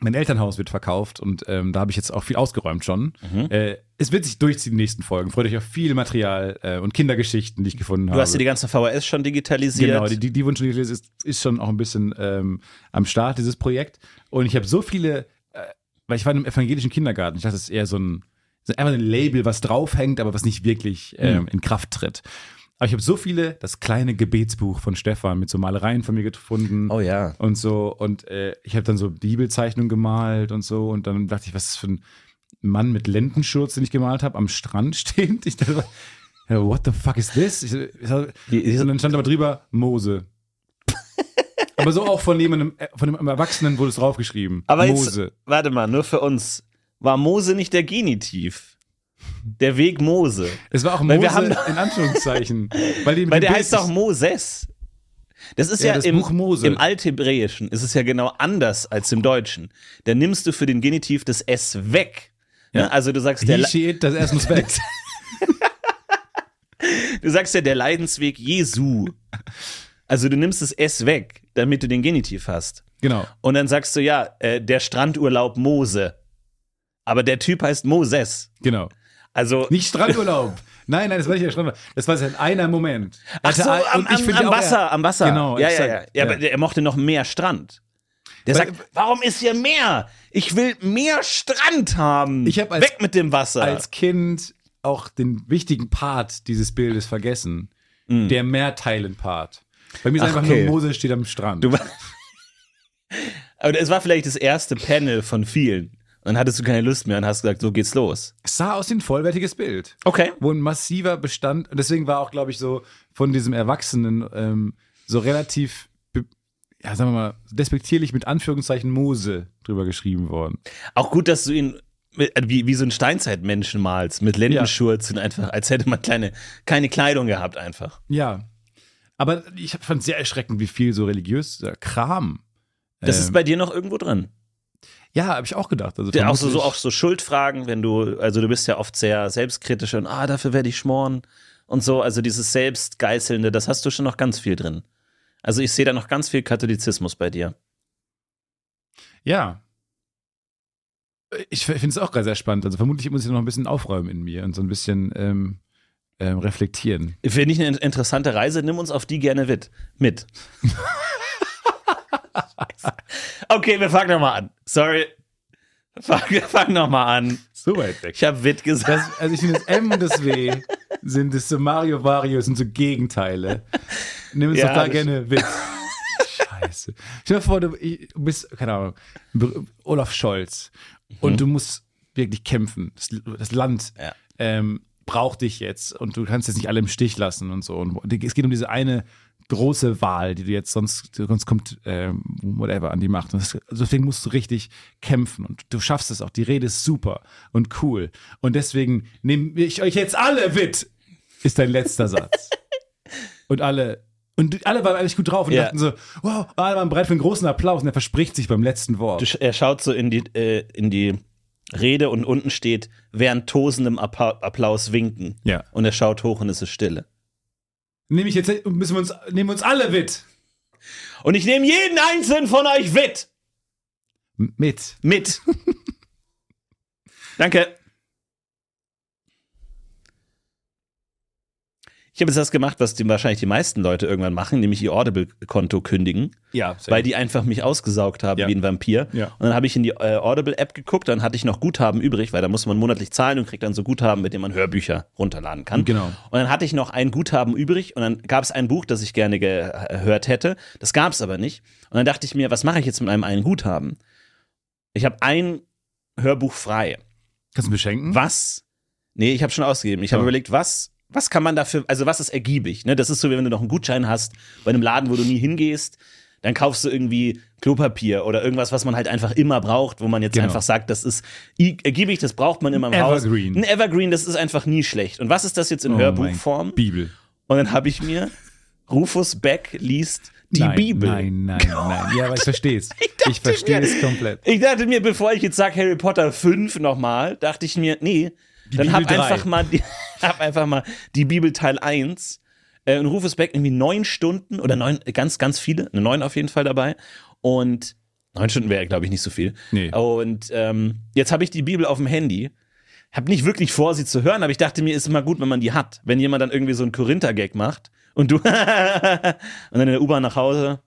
[SPEAKER 5] mein Elternhaus wird verkauft und ähm, da habe ich jetzt auch viel ausgeräumt schon.
[SPEAKER 8] Mhm.
[SPEAKER 5] Äh, es wird sich durchziehen in den nächsten Folgen. Freut euch auf viel Material äh, und Kindergeschichten, die ich gefunden
[SPEAKER 8] Du
[SPEAKER 5] habe.
[SPEAKER 8] hast dir die ganzen VHS schon digitalisiert.
[SPEAKER 5] Genau, die, die, die Wunsch und die ist, ist schon auch ein bisschen ähm, am Start, dieses Projekt. Und ich habe so viele, äh, weil ich war in einem evangelischen Kindergarten. Ich dachte, das ist eher so ein, so einfach ein Label, was draufhängt, aber was nicht wirklich ähm, in Kraft tritt. Aber ich habe so viele, das kleine Gebetsbuch von Stefan mit so Malereien von mir gefunden
[SPEAKER 8] oh ja.
[SPEAKER 5] und so. Und äh, ich habe dann so Bibelzeichnungen gemalt und so. Und dann dachte ich, was ist für ein Mann mit Lendenschurz, den ich gemalt habe, am Strand stehend? Ich dachte, ja, what the fuck is this? Ich, ich,
[SPEAKER 8] die-
[SPEAKER 5] und dann stand aber drüber Mose. aber so auch von jemandem, äh, von einem Erwachsenen wurde es draufgeschrieben.
[SPEAKER 8] Aber
[SPEAKER 5] Mose.
[SPEAKER 8] jetzt, warte mal, nur für uns. War Mose nicht der Genitiv? Der Weg Mose.
[SPEAKER 5] es war auch
[SPEAKER 8] Weil
[SPEAKER 5] Mose
[SPEAKER 8] wir haben-
[SPEAKER 5] in Anführungszeichen. weil die mit dem
[SPEAKER 8] Weil der
[SPEAKER 5] Bild-
[SPEAKER 8] heißt doch Moses. Das ist
[SPEAKER 5] Ja,
[SPEAKER 8] ja,
[SPEAKER 5] das
[SPEAKER 8] im,
[SPEAKER 5] Buch Mose.
[SPEAKER 8] im Althebräischen ist es ja genau anders als im Deutschen. Da nimmst du für den Genitiv das S weg. Ne? Also du sagst, der,
[SPEAKER 5] He,
[SPEAKER 8] Le-
[SPEAKER 5] she, it, das erst muss weg.
[SPEAKER 8] du sagst ja der Leidensweg Jesu. Also du nimmst das S weg, damit du den Genitiv hast.
[SPEAKER 5] genau.
[SPEAKER 8] Und dann sagst du ja, äh, der Strandurlaub Mose. Aber der Typ heißt Moses.
[SPEAKER 5] Genau.
[SPEAKER 8] Also
[SPEAKER 5] Nicht Strandurlaub. Nein, nein, das war nicht der Strandurlaub. Das war es in einer Moment.
[SPEAKER 8] Ach so,
[SPEAKER 5] Hatte ein-
[SPEAKER 8] am,
[SPEAKER 5] und ich
[SPEAKER 8] am,
[SPEAKER 5] finde
[SPEAKER 8] am
[SPEAKER 5] auch, er-
[SPEAKER 8] Wasser, am Wasser.
[SPEAKER 5] Genau,
[SPEAKER 8] ja, ja, ja.
[SPEAKER 5] exakt,
[SPEAKER 8] ja,
[SPEAKER 5] ja.
[SPEAKER 8] aber Er mochte noch mehr Strand. Der
[SPEAKER 5] Weil-
[SPEAKER 8] sagt, warum ist hier mehr? Ich will mehr Strand haben.
[SPEAKER 5] Ich hab als-
[SPEAKER 8] Weg mit dem Wasser.
[SPEAKER 5] als Kind auch den wichtigen Part dieses Bildes vergessen. Der Mehrteilen-Part. Bei mir ist
[SPEAKER 8] Mhm. Ach,
[SPEAKER 5] einfach
[SPEAKER 8] okay.
[SPEAKER 5] nur Mose steht am Strand.
[SPEAKER 8] Du- Aber es war vielleicht das erste Panel von vielen. Und dann hattest du keine Lust mehr und hast gesagt, so geht's los.
[SPEAKER 5] es sah aus wie ein vollwertiges Bild.
[SPEAKER 8] Okay.
[SPEAKER 5] Wo ein massiver Bestand, und deswegen war auch, glaube ich, so von diesem Erwachsenen ähm, so relativ, be- ja, sagen wir mal, despektierlich mit Anführungszeichen Mose drüber geschrieben worden.
[SPEAKER 8] Auch gut, dass du ihn mit, also wie, wie so ein Steinzeitmenschen malst, mit Lendenschurz und einfach, als hätte man kleine, keine Kleidung gehabt einfach.
[SPEAKER 5] Ja. Aber ich fand sehr erschreckend, wie viel so religiöser Kram.
[SPEAKER 8] Das
[SPEAKER 5] Ähm,
[SPEAKER 8] ist bei dir noch irgendwo drin.
[SPEAKER 5] Ja, habe ich auch gedacht. Also
[SPEAKER 8] Ja, auch so, so
[SPEAKER 5] vermutlich-
[SPEAKER 8] auch so Schuldfragen, wenn du, also du bist ja oft sehr selbstkritisch und ah, dafür werde ich schmoren und so, also dieses Selbstgeißelnde, das hast du schon noch ganz viel drin. Also ich sehe da noch ganz viel Katholizismus bei dir.
[SPEAKER 5] Ja. Ich finde es auch gerade sehr spannend. Also vermutlich muss ich noch ein bisschen aufräumen in mir und so ein bisschen ähm, ähm, reflektieren.
[SPEAKER 8] Finde ich eine in- interessante Reise, nimm uns auf die gerne mit. mit. okay, wir fangen nochmal an. Sorry. Fang, wir fangen nochmal an.
[SPEAKER 5] So weit weg.
[SPEAKER 8] Ich habe Witt gesagt.
[SPEAKER 5] Das, also ich finde, das M und das W sind das so Mario Vario, sind so Gegenteile. Nimm uns
[SPEAKER 8] Ja,
[SPEAKER 5] doch da
[SPEAKER 8] das-
[SPEAKER 5] gerne Witz. Scheiße. Stell dir vor, du ich- du bist, keine Ahnung, Ber- Olaf Scholz und du musst wirklich kämpfen. Das, das Land
[SPEAKER 8] Mhm. Ja.
[SPEAKER 5] ähm, braucht dich jetzt und du kannst jetzt nicht alle im Stich lassen und so. Und es geht um diese eine große Wahl, die du jetzt sonst, sonst kommt ähm, whatever an die Macht. Und das, also deswegen musst du richtig kämpfen und du schaffst es auch. Die Rede ist super und cool. Und deswegen nehme ich euch jetzt alle mit, ist dein letzter Satz. und alle und alle waren eigentlich gut drauf und
[SPEAKER 8] Ja.
[SPEAKER 5] dachten so, wow, alle waren bereit für einen großen Applaus und er verspricht sich beim letzten Wort.
[SPEAKER 8] Du, sch- er schaut so in die, äh, in die Rede und unten steht, während tosendem Appa Applaus winken.
[SPEAKER 5] Ja.
[SPEAKER 8] Und er schaut hoch und es ist Stille.
[SPEAKER 5] Nehme ich jetzt, müssen wir uns, nehmen wir uns alle mit.
[SPEAKER 8] Und ich nehme jeden einzelnen von euch mit.
[SPEAKER 5] M- Mit.
[SPEAKER 8] Mit. Danke. Ich habe jetzt das gemacht, was die, wahrscheinlich die meisten Leute irgendwann machen, nämlich ihr Audible-Konto kündigen.
[SPEAKER 5] Ja,
[SPEAKER 8] weil die einfach mich ausgesaugt haben
[SPEAKER 5] Ja.
[SPEAKER 8] wie ein Vampir.
[SPEAKER 5] Ja.
[SPEAKER 8] Und dann habe ich in die äh, Audible-App geguckt, dann hatte ich noch Guthaben übrig, weil da muss man monatlich zahlen und kriegt dann so Guthaben, mit dem man Hörbücher runterladen kann.
[SPEAKER 5] Genau.
[SPEAKER 8] Und dann hatte ich noch ein Guthaben übrig und dann gab es ein Buch, das ich gerne gehört hätte. Das gab es aber nicht. Und dann dachte ich mir, was mache ich jetzt mit einem einen Guthaben? Ich habe ein Hörbuch frei.
[SPEAKER 5] Kannst du beschenken?
[SPEAKER 8] Was? Nee, ich habe schon ausgegeben. Ich habe
[SPEAKER 5] Ja.
[SPEAKER 8] überlegt, was, Was kann man dafür, also was ist ergiebig? Ne? Das ist so, wie wenn du noch einen Gutschein hast bei einem Laden, wo du nie hingehst, dann kaufst du irgendwie Klopapier oder irgendwas, was man halt einfach immer braucht, wo man jetzt
[SPEAKER 5] Genau.
[SPEAKER 8] einfach sagt, das ist i- ergiebig, das braucht man immer im Haus.
[SPEAKER 5] Evergreen.
[SPEAKER 8] Ein Evergreen, das ist einfach nie schlecht. Und was ist das jetzt in Hörbuchform?
[SPEAKER 5] Oh Bibel.
[SPEAKER 8] Und dann habe ich mir Rufus Beck liest die
[SPEAKER 5] nein,
[SPEAKER 8] Bibel.
[SPEAKER 5] Nein, nein, nein. Ja, aber ich verstehe es. ich verstehe es komplett.
[SPEAKER 8] Äh, Ich dachte mir, bevor ich jetzt sage Harry Potter 5 nochmal, dachte ich mir, nee, dann hab
[SPEAKER 5] Bibel drei.
[SPEAKER 8] einfach, mal die, hab einfach mal die Bibel Teil 1 äh, und Rufus Beck irgendwie neun Stunden oder neun, ganz, ganz viele, ne, neun auf jeden Fall dabei und neun Stunden wäre, glaube ich, nicht so viel.
[SPEAKER 5] Nee.
[SPEAKER 8] Und ähm, jetzt habe ich die Bibel auf dem Handy. Hab nicht wirklich vor, sie zu hören, aber ich dachte mir, ist immer gut, wenn man die hat. Wenn jemand dann irgendwie so einen Korinther-Gag macht und du und dann in der U-Bahn nach Hause.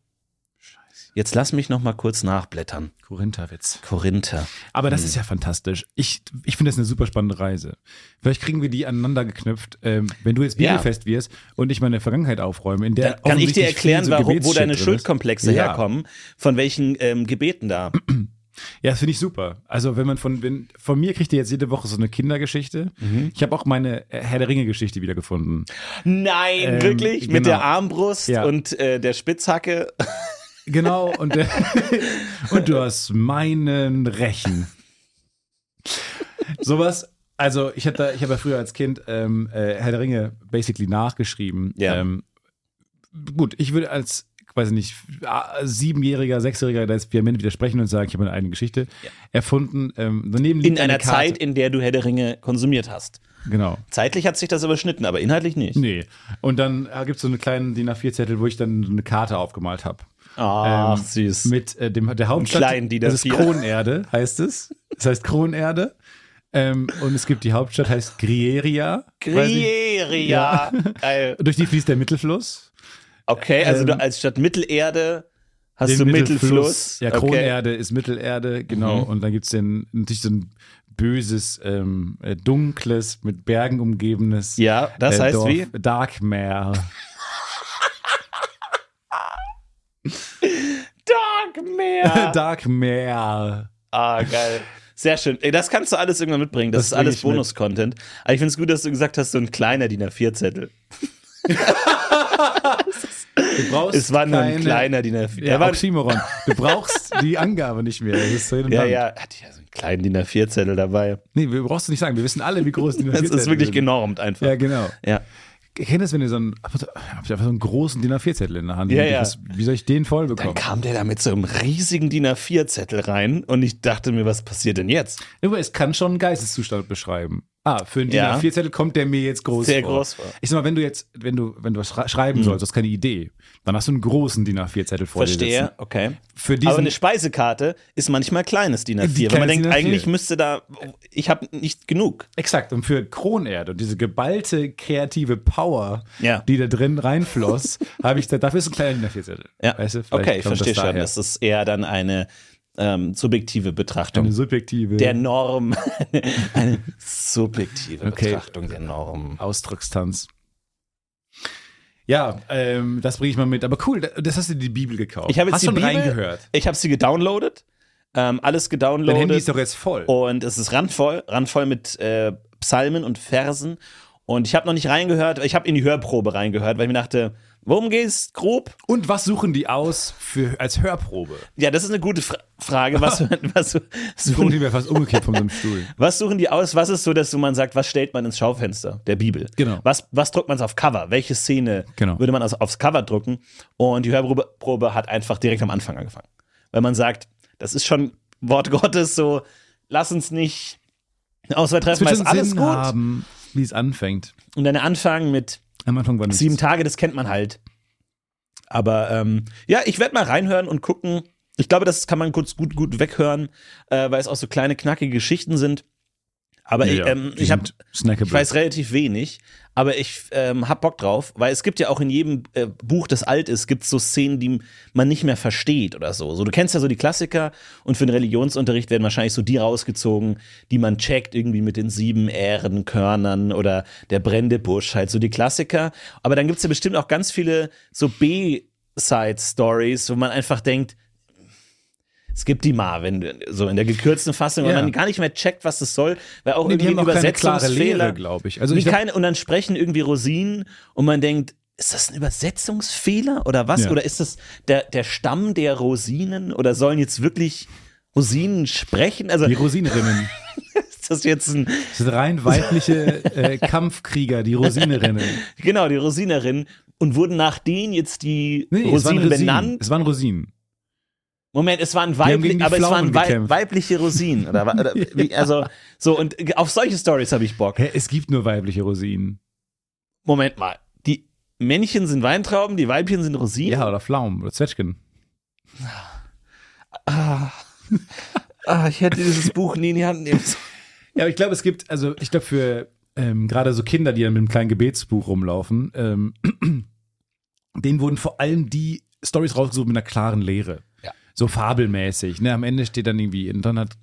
[SPEAKER 8] Jetzt lass mich noch mal kurz nachblättern.
[SPEAKER 5] Korintherwitz.
[SPEAKER 8] Korinther.
[SPEAKER 5] Aber
[SPEAKER 8] Mhm.
[SPEAKER 5] das ist ja fantastisch. Ich, ich finde das eine super spannende Reise. Vielleicht kriegen wir die aneinander geknüpft, ähm, wenn du jetzt
[SPEAKER 8] Ja.
[SPEAKER 5] bibelfest wirst und ich meine Vergangenheit aufräume. In der
[SPEAKER 8] Dann kann ich dir
[SPEAKER 5] offensichtlich
[SPEAKER 8] erklären,
[SPEAKER 5] viel so
[SPEAKER 8] warum, wo
[SPEAKER 5] Gebetsshit
[SPEAKER 8] deine
[SPEAKER 5] drin ist.
[SPEAKER 8] Schuldkomplexe
[SPEAKER 5] Ja.
[SPEAKER 8] herkommen, von welchen ähm, Gebeten da.
[SPEAKER 5] Ja, das finde ich super. Also, wenn man von, wenn, von mir kriegt ihr jetzt jede Woche so eine Kindergeschichte.
[SPEAKER 8] Mhm.
[SPEAKER 5] Ich habe auch meine äh, Herr der Ringe-Geschichte wiedergefunden.
[SPEAKER 8] Nein,
[SPEAKER 5] Ähm,
[SPEAKER 8] wirklich? Mit
[SPEAKER 5] genau.
[SPEAKER 8] der Armbrust
[SPEAKER 5] Ja.
[SPEAKER 8] und äh, der Spitzhacke.
[SPEAKER 5] Genau, und, äh, und du hast meinen Rechen. Sowas, also ich habe da, ich habe ja früher als Kind ähm, äh, Herr der Ringe basically nachgeschrieben.
[SPEAKER 8] Ja.
[SPEAKER 5] Ähm, gut, ich würde als, weiß ich nicht, ah, Siebenjähriger, Sechsjähriger da jetzt vehement widersprechen und sagen, ich habe meine eigene Geschichte erfunden. Ähm, daneben liegt
[SPEAKER 8] In einer
[SPEAKER 5] eine Karte.
[SPEAKER 8] Zeit, in der du Herr der Ringe konsumiert hast.
[SPEAKER 5] Genau.
[SPEAKER 8] Zeitlich hat sich das überschnitten, aber inhaltlich nicht.
[SPEAKER 5] Nee. Und dann gibt es so einen kleinen DIN A4-Zettel, wo ich dann so eine Karte aufgemalt habe.
[SPEAKER 8] Ach,
[SPEAKER 5] Ähm,
[SPEAKER 8] süß.
[SPEAKER 5] Mit äh, dem, der Hauptstadt.
[SPEAKER 8] kleinen DIN
[SPEAKER 5] das ist
[SPEAKER 8] A4.
[SPEAKER 5] Kronerde, heißt es. Es heißt Kronerde. Ähm, und es gibt die Hauptstadt, heißt Grieria. Weiß ich-
[SPEAKER 8] Grieria. Geil.
[SPEAKER 5] Durch die fließt der Mittelfluss.
[SPEAKER 8] Okay, also du
[SPEAKER 5] Ähm,
[SPEAKER 8] als statt Mittelerde hast
[SPEAKER 5] Den
[SPEAKER 8] du Mittelfluss.
[SPEAKER 5] Ja,
[SPEAKER 8] okay. Mhm.
[SPEAKER 5] Kronerde ist Mittelerde, genau. Und dann gibt es natürlich so ein böses, ähm, äh, dunkles, mit Bergen umgebenes. äh,
[SPEAKER 8] Ja, das heißt
[SPEAKER 5] Dorf,
[SPEAKER 8] wie?
[SPEAKER 5] Darkmare.
[SPEAKER 8] Darkmare.
[SPEAKER 5] Darkmare.
[SPEAKER 8] Ah, geil. Sehr schön. Ey, das kannst du alles irgendwann mitbringen. Das,
[SPEAKER 5] Das
[SPEAKER 8] ist alles
[SPEAKER 5] bring ich mit.
[SPEAKER 8] Bonus-Content. Aber ich finde es gut, dass du gesagt hast, so ein kleiner DIN A4-Zettel.
[SPEAKER 5] Du brauchst
[SPEAKER 8] Es war nur ein
[SPEAKER 5] keine-
[SPEAKER 8] kleiner DIN A4.
[SPEAKER 5] Ja,
[SPEAKER 8] Der war,
[SPEAKER 5] Oxymoron. Du brauchst die Angabe nicht mehr. Das ist redundant.
[SPEAKER 8] ja, ja. Hatte ich ja so einen kleinen DIN A4-Zettel dabei.
[SPEAKER 5] Nee, wir brauchst du nicht sagen. Wir wissen alle, wie groß die
[SPEAKER 8] Das ist wirklich
[SPEAKER 5] genau.
[SPEAKER 8] genormt einfach.
[SPEAKER 5] Ja, genau.
[SPEAKER 8] Ja.
[SPEAKER 5] Kennt das, wenn ihr so einen, habt ihr einfach so einen großen DIN A4-Zettel in der Hand?
[SPEAKER 8] Ja,
[SPEAKER 5] Und
[SPEAKER 8] ja.
[SPEAKER 5] das- Wie soll ich den voll
[SPEAKER 8] Dann
[SPEAKER 5] bekommen?
[SPEAKER 8] kam der da mit so einem riesigen DIN A4-Zettel rein und ich dachte mir, was passiert denn jetzt?
[SPEAKER 5] Aber es kann schon einen Geisteszustand beschreiben. Ah, für einen
[SPEAKER 8] Ja.
[SPEAKER 5] DIN A4-Zettel kommt der mir jetzt groß
[SPEAKER 8] Sehr
[SPEAKER 5] vor.
[SPEAKER 8] groß vor. Hm.
[SPEAKER 5] Ich sag mal, wenn du jetzt, wenn du, wenn du was schrei- schreiben sollst, du hast keine Idee, dann hast du einen großen DIN A4-Zettel vor dir sitzen.
[SPEAKER 8] Verstehe, okay.
[SPEAKER 5] Für diesen,
[SPEAKER 8] Aber eine Speisekarte ist manchmal kleines DIN A4, weil man
[SPEAKER 5] kleines
[SPEAKER 8] denkt,
[SPEAKER 5] DIN A4.
[SPEAKER 8] eigentlich müsste da, ich habe nicht genug.
[SPEAKER 5] Exakt, und für Kronerde und diese geballte kreative Power,
[SPEAKER 8] Ja.
[SPEAKER 5] die da drin reinfloss, habe ich da, dafür ist ein kleiner DIN A4-Zettel.
[SPEAKER 8] Ja.
[SPEAKER 5] Weißt du, vielleicht
[SPEAKER 8] okay, ich
[SPEAKER 5] kommt
[SPEAKER 8] verstehe
[SPEAKER 5] das
[SPEAKER 8] schon.
[SPEAKER 5] daher.
[SPEAKER 8] Das ist eher dann eine ähm, subjektive Betrachtung
[SPEAKER 5] eine subjektive
[SPEAKER 8] der Norm. eine subjektive
[SPEAKER 5] Okay.
[SPEAKER 8] Betrachtung der Norm.
[SPEAKER 5] Ausdruckstanz. Ja, ähm, das bringe ich mal mit. Aber cool, da- das hast du dir die Bibel gekauft.
[SPEAKER 8] Ich habe jetzt
[SPEAKER 5] hast
[SPEAKER 8] die
[SPEAKER 5] schon
[SPEAKER 8] Bibel,
[SPEAKER 5] reingehört.
[SPEAKER 8] Ich habe sie gedownloadet, ähm, alles
[SPEAKER 5] Dein Handy ist
[SPEAKER 8] gedownloadet
[SPEAKER 5] doch jetzt voll.
[SPEAKER 8] und es ist randvoll, randvoll mit äh, Psalmen und Versen. Und ich habe noch nicht reingehört, ich habe in die Hörprobe reingehört, weil ich mir dachte, worum geht's grob?
[SPEAKER 5] Und was suchen die aus für, als Hörprobe?
[SPEAKER 8] Ja, das ist eine gute Fra Frage. Was, was,
[SPEAKER 5] So,
[SPEAKER 8] suchen,
[SPEAKER 5] die wäre fast umgekippt von so einem Stuhl.
[SPEAKER 8] Was suchen die aus? Was ist so, dass du man sagt, was stellt man ins Schaufenster der Bibel?
[SPEAKER 5] Genau.
[SPEAKER 8] Was, was druckt man auf Cover? Welche Szene
[SPEAKER 5] Genau.
[SPEAKER 8] würde man also aufs Cover drucken? Und die Hörprobe Probe hat einfach direkt am Anfang angefangen. Weil man sagt, das ist schon Wort Gottes, so lass uns nicht eine Auswahl treffen, weil
[SPEAKER 5] wird schon
[SPEAKER 8] ist alles
[SPEAKER 5] Sinn
[SPEAKER 8] gut.
[SPEAKER 5] haben, wie es anfängt.
[SPEAKER 8] Und dann anfangen mit
[SPEAKER 5] Am Anfang war nichts.
[SPEAKER 8] sieben Tage, das kennt man halt. Aber ähm, ja, ich werde mal reinhören und gucken. Ich glaube, das kann man kurz gut, gut weghören, äh, weil es auch so kleine, knackige Geschichten sind. Aber ich, ähm, ich habe ich weiß relativ wenig, aber ich ähm, hab Bock drauf, weil es gibt ja auch in jedem äh, Buch, das alt ist, gibt es so Szenen, die man nicht mehr versteht oder so. so. Du kennst ja so die Klassiker und für den Religionsunterricht werden wahrscheinlich so die rausgezogen, die man checkt, irgendwie mit den sieben Ährenkörnern oder der brennende Busch, halt so die Klassiker. Aber dann gibt es ja bestimmt auch ganz viele so B-Side-Stories, wo man einfach denkt, Es gibt die Marvin, so in der gekürzten Fassung, und
[SPEAKER 5] Ja.
[SPEAKER 8] man gar nicht mehr checkt, was das soll, weil auch
[SPEAKER 5] Nee, die
[SPEAKER 8] irgendwie
[SPEAKER 5] haben auch keine klare
[SPEAKER 8] Übersetzungsfehler.
[SPEAKER 5] Lehre, glaube ich. Also
[SPEAKER 8] Nee,
[SPEAKER 5] ich hab-
[SPEAKER 8] keine, und dann sprechen irgendwie Rosinen und man denkt, ist das ein Übersetzungsfehler oder was?
[SPEAKER 5] Ja.
[SPEAKER 8] Oder ist das der, der Stamm der Rosinen? Oder sollen jetzt wirklich Rosinen sprechen? Also
[SPEAKER 5] Die Rosinenrinnen.
[SPEAKER 8] ist das jetzt ein,
[SPEAKER 5] Das sind rein weibliche äh, Kampfkrieger, die Rosinenrinnen.
[SPEAKER 8] genau, die Rosinerinnen. Und wurden nach denen jetzt die
[SPEAKER 5] es waren
[SPEAKER 8] Rosinen benannt?
[SPEAKER 5] Es waren Rosinen.
[SPEAKER 8] Moment, es waren
[SPEAKER 5] haben gegen
[SPEAKER 8] weibliche,
[SPEAKER 5] die
[SPEAKER 8] aber es
[SPEAKER 5] Pflaumen
[SPEAKER 8] waren wei
[SPEAKER 5] gekämpft.
[SPEAKER 8] weibliche Rosinen. Oder, wa- oder wie, also, so, und auf solche Stories habe ich Bock.
[SPEAKER 5] Hä, es gibt nur weibliche Rosinen.
[SPEAKER 8] Moment mal, die Männchen sind Weintrauben, die Weibchen sind Rosinen.
[SPEAKER 5] Ja, oder Pflaumen oder Zwetschgen.
[SPEAKER 8] Ah, ich hätte dieses Buch nie in die Hand nehmen sollen.
[SPEAKER 5] Ja, aber ich glaube, es gibt, also ich glaube für ähm, gerade so Kinder, die dann mit einem kleinen Gebetsbuch rumlaufen, ähm, denen wurden vor allem die Stories rausgesucht mit einer klaren Lehre.
[SPEAKER 8] Ja.
[SPEAKER 5] So fabelmäßig. Ne? Am Ende steht dann irgendwie, und dann hat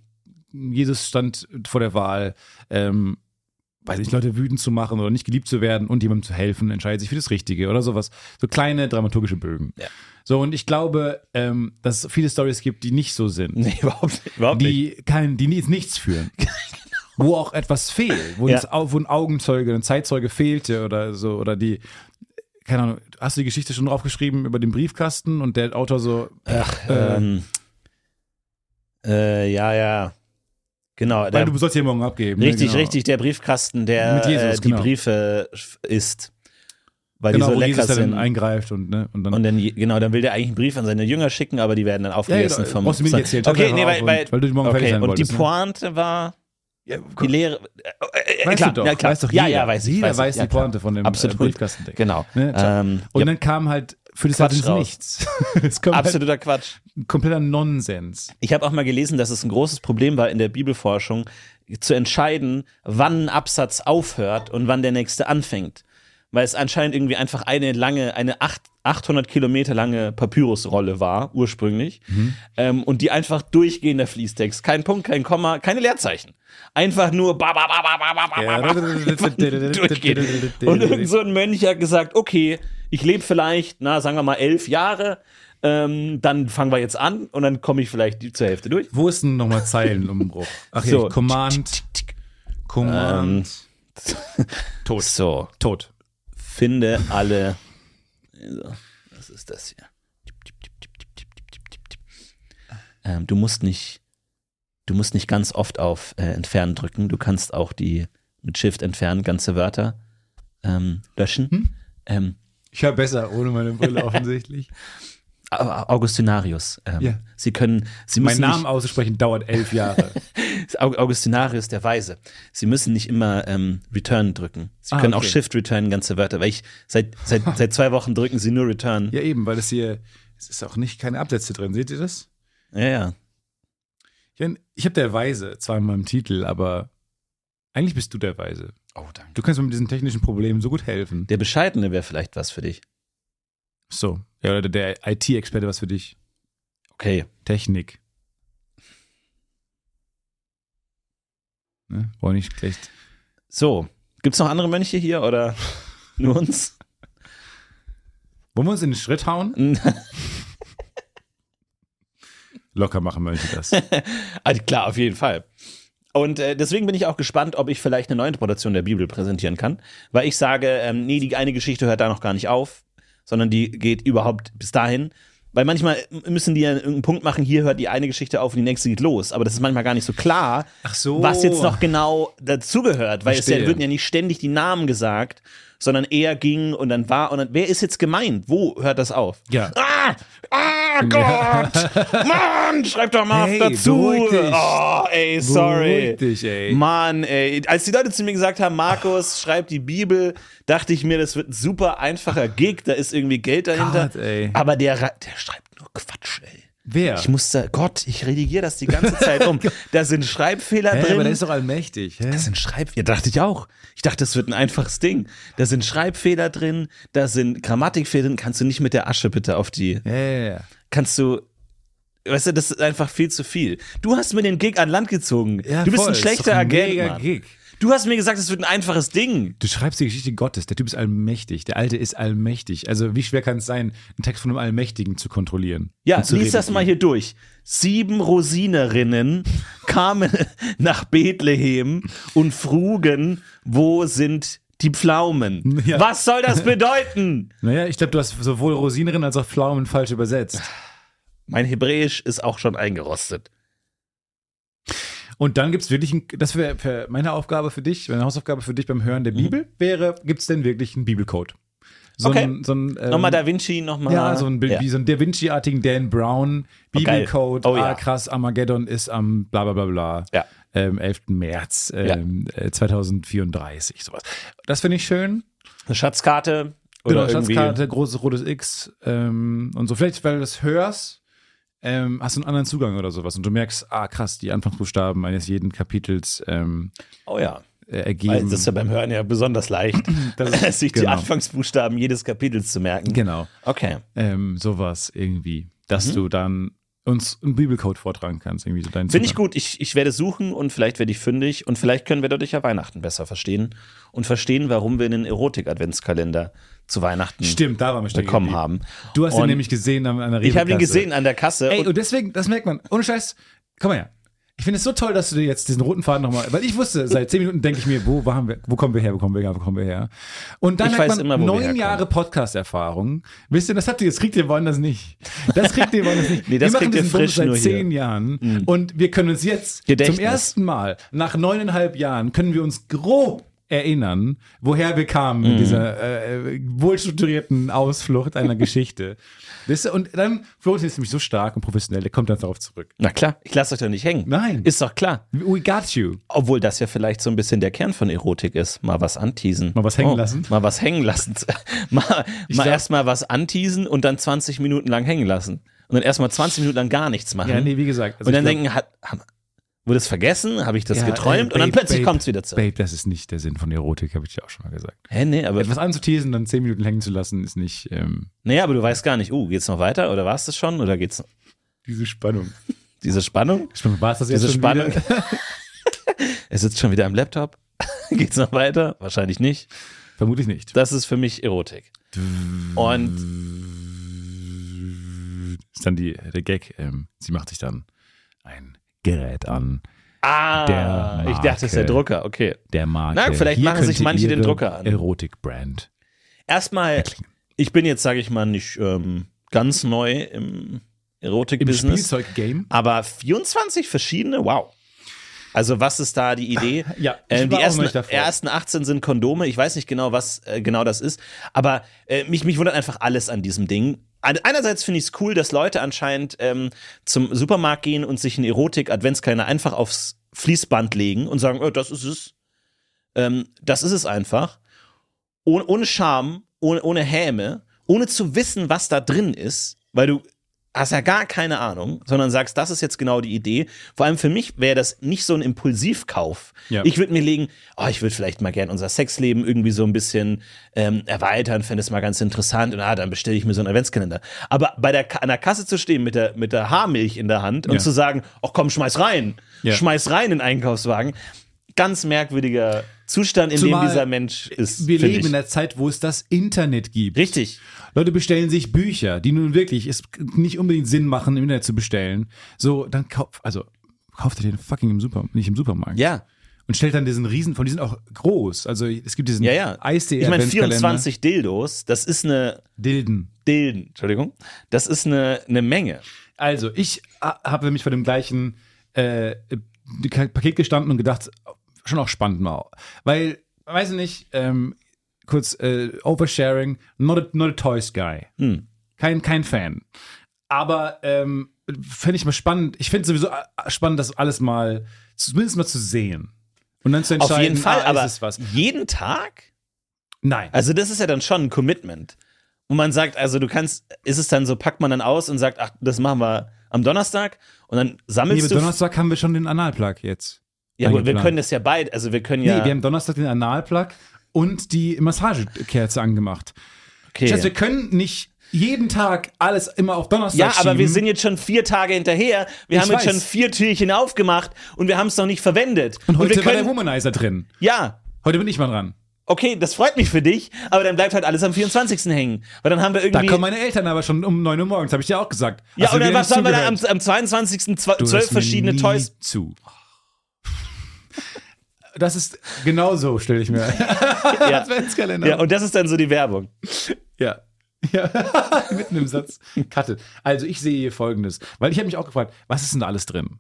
[SPEAKER 5] Jesus stand vor der Wahl, ähm, weiß nicht, Leute wütend zu machen oder nicht geliebt zu werden und jemandem zu helfen, entscheidet sich für das Richtige oder sowas. So kleine dramaturgische Bögen.
[SPEAKER 8] Ja.
[SPEAKER 5] So, und ich glaube, ähm, dass es viele Stories gibt, die nicht so sind
[SPEAKER 8] Nee, überhaupt nicht. Überhaupt nicht. Genau.
[SPEAKER 5] die kein, die nie- nichts führen. Wo auch etwas fehlt, wo,
[SPEAKER 8] Ja.
[SPEAKER 5] ins Au- wo ein Augenzeuge, ein Zeitzeuge fehlte oder so, oder die, keine Ahnung, hast du die Geschichte schon draufgeschrieben über den Briefkasten und der Autor so, äh,
[SPEAKER 8] Ähm, äh, ja, ja. Genau.
[SPEAKER 5] weil
[SPEAKER 8] Der,
[SPEAKER 5] du sollst hier morgen abgeben. ne?
[SPEAKER 8] richtig,
[SPEAKER 5] Genau.
[SPEAKER 8] richtig, der Briefkasten, der
[SPEAKER 5] Mit Jesus,
[SPEAKER 8] äh, die
[SPEAKER 5] genau.
[SPEAKER 8] Briefe f- isst. Weil
[SPEAKER 5] Genau,
[SPEAKER 8] die so
[SPEAKER 5] wo
[SPEAKER 8] lecker
[SPEAKER 5] Jesus dann
[SPEAKER 8] sind.
[SPEAKER 5] eingreift und, ne, und dann.
[SPEAKER 8] und dann, je- genau, dann will der eigentlich einen Brief an seine Jünger schicken, aber die werden dann
[SPEAKER 5] ja,
[SPEAKER 8] aufgegessen
[SPEAKER 5] ja,
[SPEAKER 8] vom.
[SPEAKER 5] brauchst du mir nicht erzählen. Schreib
[SPEAKER 8] Okay,
[SPEAKER 5] einfach
[SPEAKER 8] nee,
[SPEAKER 5] auf
[SPEAKER 8] weil,
[SPEAKER 5] und-
[SPEAKER 8] weil,
[SPEAKER 5] weil du morgen fertig
[SPEAKER 8] okay,
[SPEAKER 5] sein
[SPEAKER 8] und die
[SPEAKER 5] wolltest, ne?
[SPEAKER 8] Pointe war die Lehre. Äh, äh,
[SPEAKER 5] weißt
[SPEAKER 8] klar,
[SPEAKER 5] du doch,
[SPEAKER 8] ja, klar.
[SPEAKER 5] weiß doch
[SPEAKER 8] ja,
[SPEAKER 5] jeder.
[SPEAKER 8] ja, weiß ich.
[SPEAKER 5] jeder
[SPEAKER 8] weiß,
[SPEAKER 5] weiß,
[SPEAKER 8] ich, ja,
[SPEAKER 5] die
[SPEAKER 8] klar.
[SPEAKER 5] Pointe von dem äh,
[SPEAKER 8] Absolut.
[SPEAKER 5] Briefkastendeck.
[SPEAKER 8] Genau.
[SPEAKER 5] Ne, klar.
[SPEAKER 8] ähm,
[SPEAKER 5] Und
[SPEAKER 8] ja,
[SPEAKER 5] dann kam halt für das
[SPEAKER 8] Quatsch
[SPEAKER 5] halt
[SPEAKER 8] raus.
[SPEAKER 5] nichts. es kommt halt
[SPEAKER 8] absoluter Quatsch.
[SPEAKER 5] kompletter Nonsens.
[SPEAKER 8] Ich habe auch mal gelesen, dass es ein großes Problem war in der Bibelforschung, zu entscheiden, wann ein Absatz aufhört und wann der nächste anfängt. Weil es anscheinend irgendwie einfach eine lange, eine acht- 800 Kilometer lange Papyrusrolle war, ursprünglich. Ähm, und die einfach durchgehender Fließtext. Kein Punkt, kein Komma, keine Leerzeichen. Einfach nur ba, ba, ba, ba, ba, ba, ba,
[SPEAKER 5] Ja.
[SPEAKER 8] ba, ba, durchgehen. Und irgend so ein Mönch hat gesagt, okay, ich lebe vielleicht, na, sagen wir mal elf Jahre, ähm, dann fangen wir jetzt an und dann komme ich vielleicht die- zur Hälfte durch.
[SPEAKER 5] Wo ist denn nochmal Zeilenumbruch? Ach ja,
[SPEAKER 8] So. Ähm.
[SPEAKER 5] Command. Command.
[SPEAKER 8] Tot. So,
[SPEAKER 5] Tot.
[SPEAKER 8] finde alle. So, was ist das hier? Tipp, tipp, tipp, tipp, tipp, tipp, tipp, tipp, tipp, tipp. Ähm, du musst nicht, du musst nicht ganz oft auf äh, Entfernen drücken. Du kannst auch die mit Shift entfernen ganze Wörter ähm, löschen.
[SPEAKER 5] Hm?
[SPEAKER 8] Ähm,
[SPEAKER 5] Ich höre besser ohne meine Brille offensichtlich.
[SPEAKER 8] Au- Augustinarius. Ähm,
[SPEAKER 5] Ja.
[SPEAKER 8] Sie können, Sie
[SPEAKER 5] mein
[SPEAKER 8] müssen
[SPEAKER 5] Namen auszusprechen dauert elf Jahre.
[SPEAKER 8] nicht, Au- Augustinarius der Weise. Sie müssen nicht immer ähm, Return drücken. Sie
[SPEAKER 5] Ah,
[SPEAKER 8] können auch
[SPEAKER 5] okay.
[SPEAKER 8] Shift Return ganze Wörter, weil ich seit seit, seit zwei Wochen drücken Sie nur Return.
[SPEAKER 5] ja, eben, weil es hier, es ist auch nicht keine Absätze drin. Seht ihr das?
[SPEAKER 8] Ja, ja.
[SPEAKER 5] Ich, bin- ich habe der Weise zwar in meinem Titel, aber eigentlich bist du der Weise.
[SPEAKER 8] Oh, danke.
[SPEAKER 5] Du kannst mir mit diesen technischen Problemen so gut helfen.
[SPEAKER 8] Der Bescheidene wäre vielleicht was für dich.
[SPEAKER 5] So. Ja, oder der IT-Experte, was für dich?
[SPEAKER 8] Okay.
[SPEAKER 5] Technik. Ne? Wollen nicht schlecht.
[SPEAKER 8] So, gibt's noch andere Mönche hier oder nur uns?
[SPEAKER 5] Wollen wir uns in den Schritt hauen?
[SPEAKER 8] Ah,
[SPEAKER 5] Locker machen möchte das.
[SPEAKER 8] Also Klar, auf jeden Fall. Und äh, deswegen bin ich auch gespannt, ob ich vielleicht eine Neuinterpretation der Bibel präsentieren kann, weil ich sage, ähm, nee, die eine Geschichte hört da noch gar nicht auf, sondern die geht überhaupt bis dahin. Weil manchmal müssen die ja irgendeinen Punkt machen, hier hört die eine Geschichte auf und die nächste geht los. Aber das ist manchmal gar nicht so klar,
[SPEAKER 5] Ach so.
[SPEAKER 8] was jetzt noch genau dazugehört. Weil es ja,
[SPEAKER 5] Verstehe.
[SPEAKER 8] würden ja nicht ständig die Namen gesagt, sondern eher ging und dann war und dann, wer ist jetzt gemeint? Wo hört das auf?
[SPEAKER 5] Ja.
[SPEAKER 8] Ah, ah Gott! Mann, schreib doch mal
[SPEAKER 5] Hey,
[SPEAKER 8] dazu!
[SPEAKER 5] beruhig dich.
[SPEAKER 8] Oh, ey,
[SPEAKER 5] Beruhig
[SPEAKER 8] sorry.
[SPEAKER 5] dich, ey. Ah.
[SPEAKER 8] Mann, ey. Als die Leute zu mir gesagt haben, Markus, schreib die Bibel, dachte ich mir, das wird ein super einfacher Gig, da ist irgendwie Geld dahinter.
[SPEAKER 5] Gott, ey.
[SPEAKER 8] Aber der, Ra- der schreibt nur Quatsch, ey.
[SPEAKER 5] Wer?
[SPEAKER 8] Ich musste, Gott, ich redigiere das die ganze Zeit um. Da sind Schreibfehler
[SPEAKER 5] Hä,
[SPEAKER 8] drin.
[SPEAKER 5] aber der ist doch allmächtig. Hä?
[SPEAKER 8] Da sind Schreibfehler, dachte ich auch. Ich dachte, das wird ein einfaches Ding. Da sind Schreibfehler drin, da sind Grammatikfehler drin. Kannst du nicht mit der Asche bitte auf die.
[SPEAKER 5] Ja, ja, ja.
[SPEAKER 8] Kannst du. Weißt du, das ist einfach viel zu viel. Du hast mir den Gig an Land gezogen.
[SPEAKER 5] Ja,
[SPEAKER 8] du bist
[SPEAKER 5] voll.
[SPEAKER 8] ein
[SPEAKER 5] Ist doch
[SPEAKER 8] schlechter
[SPEAKER 5] ein
[SPEAKER 8] Agent.
[SPEAKER 5] mega
[SPEAKER 8] Mann.
[SPEAKER 5] Gig.
[SPEAKER 8] Du hast mir gesagt, es wird ein einfaches Ding.
[SPEAKER 5] Du schreibst die Geschichte Gottes. Der Typ ist allmächtig. Der Alte ist allmächtig. Also wie schwer kann es sein, einen Text von einem Allmächtigen zu kontrollieren?
[SPEAKER 8] Ja,
[SPEAKER 5] und Um zu
[SPEAKER 8] lies das
[SPEAKER 5] reden?
[SPEAKER 8] mal hier durch. Sieben Rosinerinnen kamen nach Bethlehem und frugen, wo sind die Pflaumen?
[SPEAKER 5] Ja.
[SPEAKER 8] Was soll das bedeuten?
[SPEAKER 5] Naja, ich glaube, du hast sowohl Rosinerin als auch Pflaumen falsch übersetzt.
[SPEAKER 8] Mein Hebräisch ist auch schon eingerostet.
[SPEAKER 5] Und dann gibt es wirklich, ein, das wäre wär meine Aufgabe für dich, meine Hausaufgabe für dich beim Hören
[SPEAKER 8] Mhm.
[SPEAKER 5] der Bibel wäre, gibt es denn wirklich einen Bibelcode? So
[SPEAKER 8] Okay.
[SPEAKER 5] Ein, so ein, ähm,
[SPEAKER 8] Nochmal Da Vinci, nochmal.
[SPEAKER 5] Ja, so ein, Bild wie so ein Da Vinci-artigen Dan Brown
[SPEAKER 8] geil.
[SPEAKER 5] Bibelcode.
[SPEAKER 8] Oh, ja.
[SPEAKER 5] Ah, krass, Armageddon ist am bla bla bla bla.
[SPEAKER 8] Ja.
[SPEAKER 5] Ähm, 11. März ähm, äh, 2034, sowas. Das finde ich schön.
[SPEAKER 8] Eine Schatzkarte. Oder
[SPEAKER 5] genau,
[SPEAKER 8] irgendwie.
[SPEAKER 5] Schatzkarte, großes rotes X ähm, und so. Vielleicht, weil du das hörst, ähm, hast du einen anderen Zugang oder sowas und du merkst, ah krass, die Anfangsbuchstaben eines jeden Kapitels ähm,
[SPEAKER 8] Oh ja.
[SPEAKER 5] äh,
[SPEAKER 8] Weil
[SPEAKER 5] ergeben.
[SPEAKER 8] das ist ja beim Hören ja besonders leicht,
[SPEAKER 5] Das ist-
[SPEAKER 8] sich die
[SPEAKER 5] genau.
[SPEAKER 8] Anfangsbuchstaben jedes Kapitels zu merken.
[SPEAKER 5] genau,
[SPEAKER 8] Okay.
[SPEAKER 5] ähm, sowas irgendwie,
[SPEAKER 8] Mhm.
[SPEAKER 5] dass du dann uns einen Bibelcode vortragen kannst, irgendwie so deinen
[SPEAKER 8] Finde ich
[SPEAKER 5] Zugang.
[SPEAKER 8] gut. Ich, ich werde suchen und vielleicht werde ich fündig und vielleicht können wir dadurch ja Weihnachten besser verstehen und verstehen, warum wir einen Erotik-Adventskalender zu Weihnachten
[SPEAKER 5] Stimmt, da waren wir stecken
[SPEAKER 8] bekommen
[SPEAKER 5] geblieben.
[SPEAKER 8] haben.
[SPEAKER 5] Du hast
[SPEAKER 8] Und
[SPEAKER 5] ihn nämlich gesehen an einer
[SPEAKER 8] Ich habe ihn
[SPEAKER 5] Rewe-Kasse.
[SPEAKER 8] gesehen an der Kasse.
[SPEAKER 5] Ey,
[SPEAKER 8] und-
[SPEAKER 5] und deswegen, das merkt man. Ohne Scheiß, komm mal her. Ich finde es so toll, dass du dir jetzt diesen roten Faden nochmal, weil ich wusste, seit zehn Minuten denke ich mir, wo, waren wir, wo kommen wir her, wo kommen wir her, wo kommen wir her. Und dann
[SPEAKER 8] Ich
[SPEAKER 5] merkt
[SPEAKER 8] weiß
[SPEAKER 5] man,
[SPEAKER 8] immer, wo wir
[SPEAKER 5] neun
[SPEAKER 8] herkommen.
[SPEAKER 5] Jahre Podcast-Erfahrung. Wisst ihr, das habt ihr, das kriegt ihr woanders nicht. Das kriegt ihr woanders nicht.
[SPEAKER 8] Nee, das
[SPEAKER 5] wir machen
[SPEAKER 8] kriegt ihr
[SPEAKER 5] diesen Bums
[SPEAKER 8] frisch
[SPEAKER 5] seit
[SPEAKER 8] nur hier.
[SPEAKER 5] zehn Jahren und wir können uns jetzt
[SPEAKER 8] Mhm. Gedächtnis.
[SPEAKER 5] zum ersten Mal, nach neuneinhalb Jahren, können wir uns grob erinnern, woher wir kamen
[SPEAKER 8] Mhm.
[SPEAKER 5] mit dieser äh, äh, wohlstrukturierten Ausflucht einer Geschichte. Wisst ihr, und dann, Florentin ist nämlich so stark und professionell, der kommt dann darauf zurück.
[SPEAKER 8] na klar, ich lasse euch doch nicht hängen.
[SPEAKER 5] Nein.
[SPEAKER 8] Ist doch klar.
[SPEAKER 5] We got you.
[SPEAKER 8] Obwohl das ja vielleicht so ein bisschen der Kern von Erotik ist. Mal was anteasen. Oh,
[SPEAKER 5] Mal was hängen lassen.
[SPEAKER 8] Mal was hängen lassen. mal mal
[SPEAKER 5] glaub-
[SPEAKER 8] erstmal was anteasen und dann 20 Minuten lang hängen lassen. Und dann erstmal 20 Minuten lang gar nichts machen.
[SPEAKER 5] Ja, nee, wie gesagt. also
[SPEAKER 8] Mhm. und dann
[SPEAKER 5] ich glaub-
[SPEAKER 8] denken, hat, haben- wurde es vergessen? Habe ich das
[SPEAKER 5] Ja,
[SPEAKER 8] geträumt?
[SPEAKER 5] ey,
[SPEAKER 8] und dann
[SPEAKER 5] Babe,
[SPEAKER 8] plötzlich
[SPEAKER 5] Babe,
[SPEAKER 8] kommt es wieder zurück.
[SPEAKER 5] Babe, das ist nicht der Sinn von Erotik, habe ich dir auch schon mal gesagt.
[SPEAKER 8] Hä, nee, aber,
[SPEAKER 5] Etwas anzuteasen, dann zehn Minuten hängen zu lassen, ist nicht ähm,
[SPEAKER 8] nee, aber du weißt gar nicht, uh, geht's noch weiter oder war's das schon? Oder geht's
[SPEAKER 5] diese Spannung.
[SPEAKER 8] diese Spannung?
[SPEAKER 5] War es das jetzt
[SPEAKER 8] Diese
[SPEAKER 5] schon
[SPEAKER 8] Spannung.
[SPEAKER 5] wieder?
[SPEAKER 8] er sitzt schon wieder am Laptop. geht's noch weiter? Wahrscheinlich nicht.
[SPEAKER 5] Vermutlich nicht.
[SPEAKER 8] Das ist für mich Erotik. Und
[SPEAKER 5] ist dann die, der Gag. Ähm, sie macht sich dann ein Gerät an.
[SPEAKER 8] ah,
[SPEAKER 5] Der
[SPEAKER 8] ich dachte, das ist der
[SPEAKER 5] Marke.
[SPEAKER 8] Drucker, okay.
[SPEAKER 5] Der Marke.
[SPEAKER 8] Na, vielleicht machen sich
[SPEAKER 5] könnte
[SPEAKER 8] manche
[SPEAKER 5] Ihre
[SPEAKER 8] den Drucker an.
[SPEAKER 5] Erotik-Brand.
[SPEAKER 8] Erstmal, ich bin jetzt, sage ich mal, nicht ähm, ganz neu im
[SPEAKER 5] Im
[SPEAKER 8] Erotik-Business.
[SPEAKER 5] Spielzeug-Game?
[SPEAKER 8] Aber 24 verschiedene, wow. Also was ist da die Idee?
[SPEAKER 5] Ah, Ja, ich
[SPEAKER 8] ähm, die
[SPEAKER 5] war auch
[SPEAKER 8] ersten,
[SPEAKER 5] nicht davor.
[SPEAKER 8] ersten 18 sind Kondome. Ich weiß nicht genau, was äh, genau das ist. Aber äh, mich, mich wundert einfach alles an diesem Ding. Ein- Einerseits finde ich es cool, dass Leute anscheinend ähm, zum Supermarkt gehen und sich einen Erotik-Adventskalender einfach aufs Fließband legen und sagen, oh, das ist es. Ähm, das ist es einfach. Ohne, ohne Scham, ohne, ohne Häme, ohne zu wissen, was da drin ist, weil du hast ja gar keine Ahnung, sondern sagst, das ist jetzt genau die Idee. Vor allem für mich wäre das nicht so ein Impulsivkauf.
[SPEAKER 5] Ja.
[SPEAKER 8] Ich würde mir legen, oh, ich würde vielleicht mal gern unser Sexleben irgendwie so ein bisschen ähm, erweitern, fände es mal ganz interessant und ah, dann bestelle ich mir so einen Adventskalender. Aber bei der, Ka- an der Kasse zu stehen mit der, mit der Haarmilch in der Hand und
[SPEAKER 5] Ja.
[SPEAKER 8] zu sagen, ach komm, schmeiß rein,
[SPEAKER 5] Ja.
[SPEAKER 8] schmeiß rein in den Einkaufswagen, ganz merkwürdiger Zustand, in
[SPEAKER 5] Zumal
[SPEAKER 8] dem dieser Mensch ist.
[SPEAKER 5] Wir
[SPEAKER 8] find
[SPEAKER 5] leben
[SPEAKER 8] ich.
[SPEAKER 5] in der Zeit, wo es das Internet gibt.
[SPEAKER 8] Richtig.
[SPEAKER 5] Leute bestellen sich Bücher, die nun wirklich es nicht unbedingt Sinn machen, im Internet zu bestellen. So, dann kauft, also kauft ihr den fucking im Supermarkt, nicht im Supermarkt.
[SPEAKER 8] Ja.
[SPEAKER 5] Und stellt dann diesen riesen, von die sind auch groß. Also es gibt diesen
[SPEAKER 8] Ja, ja.
[SPEAKER 5] Eisdee
[SPEAKER 8] ich meine,
[SPEAKER 5] Adventskalender.
[SPEAKER 8] 24 Dildos, das ist eine
[SPEAKER 5] Dilden.
[SPEAKER 8] Dilden, Entschuldigung, das ist eine, eine Menge.
[SPEAKER 5] Also, ich ha- habe nämlich vor dem gleichen äh, Ka- Paket gestanden und gedacht, schon auch spannend mal. Weil, weiß ich nicht, ähm, kurz äh, Oversharing, not a, not a toys guy.
[SPEAKER 8] Hm.
[SPEAKER 5] Kein, kein Fan. Aber ähm, fände ich mal spannend. Ich finde sowieso äh, spannend, das alles mal, zumindest mal zu sehen. Und dann zu
[SPEAKER 8] Auf
[SPEAKER 5] entscheiden,
[SPEAKER 8] jeden Fall,
[SPEAKER 5] ah,
[SPEAKER 8] aber
[SPEAKER 5] ist es was?
[SPEAKER 8] jeden Tag?
[SPEAKER 5] Nein.
[SPEAKER 8] Also das ist ja dann schon ein Commitment. Und man sagt, also du kannst, ist es dann so, packt man dann aus und sagt, ach, das machen wir am Donnerstag und dann
[SPEAKER 5] nee,
[SPEAKER 8] sammelst
[SPEAKER 5] aber
[SPEAKER 8] du.
[SPEAKER 5] Donnerstag haben wir schon den Analplug jetzt.
[SPEAKER 8] ja, aber wir
[SPEAKER 5] eingeplant.
[SPEAKER 8] können das ja beide, also wir können ja.
[SPEAKER 5] Nee, wir haben Donnerstag den Analplug und die Massagekerze angemacht.
[SPEAKER 8] okay.
[SPEAKER 5] Schatz, wir können nicht jeden Tag alles immer auf Donnerstag
[SPEAKER 8] Ja, aber wir
[SPEAKER 5] schieben.
[SPEAKER 8] sind jetzt schon vier Tage hinterher. Wir
[SPEAKER 5] Ich
[SPEAKER 8] haben jetzt
[SPEAKER 5] weiß.
[SPEAKER 8] schon vier Türchen aufgemacht und wir haben es noch nicht verwendet.
[SPEAKER 5] Und heute
[SPEAKER 8] wir
[SPEAKER 5] war der
[SPEAKER 8] können,
[SPEAKER 5] Womanizer drin.
[SPEAKER 8] ja,
[SPEAKER 5] Heute bin ich mal dran.
[SPEAKER 8] okay, das freut mich für dich, aber dann bleibt halt alles am 24. hängen. Weil dann haben wir
[SPEAKER 5] Da
[SPEAKER 8] irgendwie.
[SPEAKER 5] kommen meine Eltern aber schon um 9 Uhr morgens, habe ich dir auch gesagt.
[SPEAKER 8] ja,
[SPEAKER 5] Hast du
[SPEAKER 8] und dann
[SPEAKER 5] wieder
[SPEAKER 8] was
[SPEAKER 5] nicht
[SPEAKER 8] sollen wir dann am,
[SPEAKER 5] zugehört?
[SPEAKER 8] am 22.
[SPEAKER 5] Du hörst
[SPEAKER 8] zwölf
[SPEAKER 5] mir
[SPEAKER 8] verschiedene
[SPEAKER 5] nie
[SPEAKER 8] Toys?
[SPEAKER 5] zu. Das ist genau so, stelle ich mir.
[SPEAKER 8] Ja.
[SPEAKER 5] Adventskalender.
[SPEAKER 8] ja, und das ist dann so die Werbung.
[SPEAKER 5] Ja. ja. Mitten im Satz. Cutte. Also ich sehe hier folgendes, weil ich habe mich auch gefragt, was ist denn da alles drin?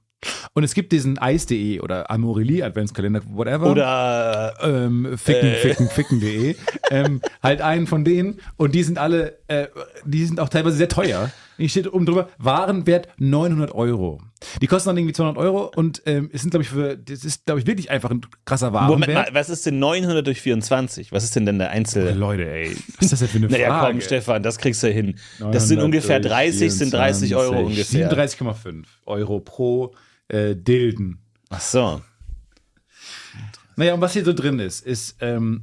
[SPEAKER 5] Und es gibt diesen Eis.de oder Amorelie Adventskalender, whatever.
[SPEAKER 8] Oder äh,
[SPEAKER 5] ähm, ficken, ficken, ficken.de. ähm, halt einen von denen. Und die sind alle, äh, die sind auch teilweise sehr teuer. Hier steht oben drüber, Warenwert 900 Euro. Die kosten dann irgendwie 200 Euro und ähm, es sind, glaube ich, für, das ist, glaube ich, wirklich einfach ein krasser Warenwert.
[SPEAKER 8] Moment mal, was ist denn 900 durch 24? Was ist denn denn der Einzel?
[SPEAKER 5] Oh, Leute, ey, was ist das denn für eine
[SPEAKER 8] Naja,
[SPEAKER 5] Frage?
[SPEAKER 8] komm, Stefan, das kriegst du hin. Das sind ungefähr 30, sind 30 Euro ungefähr.
[SPEAKER 5] 37,5 Euro pro äh, Dilden.
[SPEAKER 8] Ach so.
[SPEAKER 5] Naja, und was hier so drin ist, ist ähm,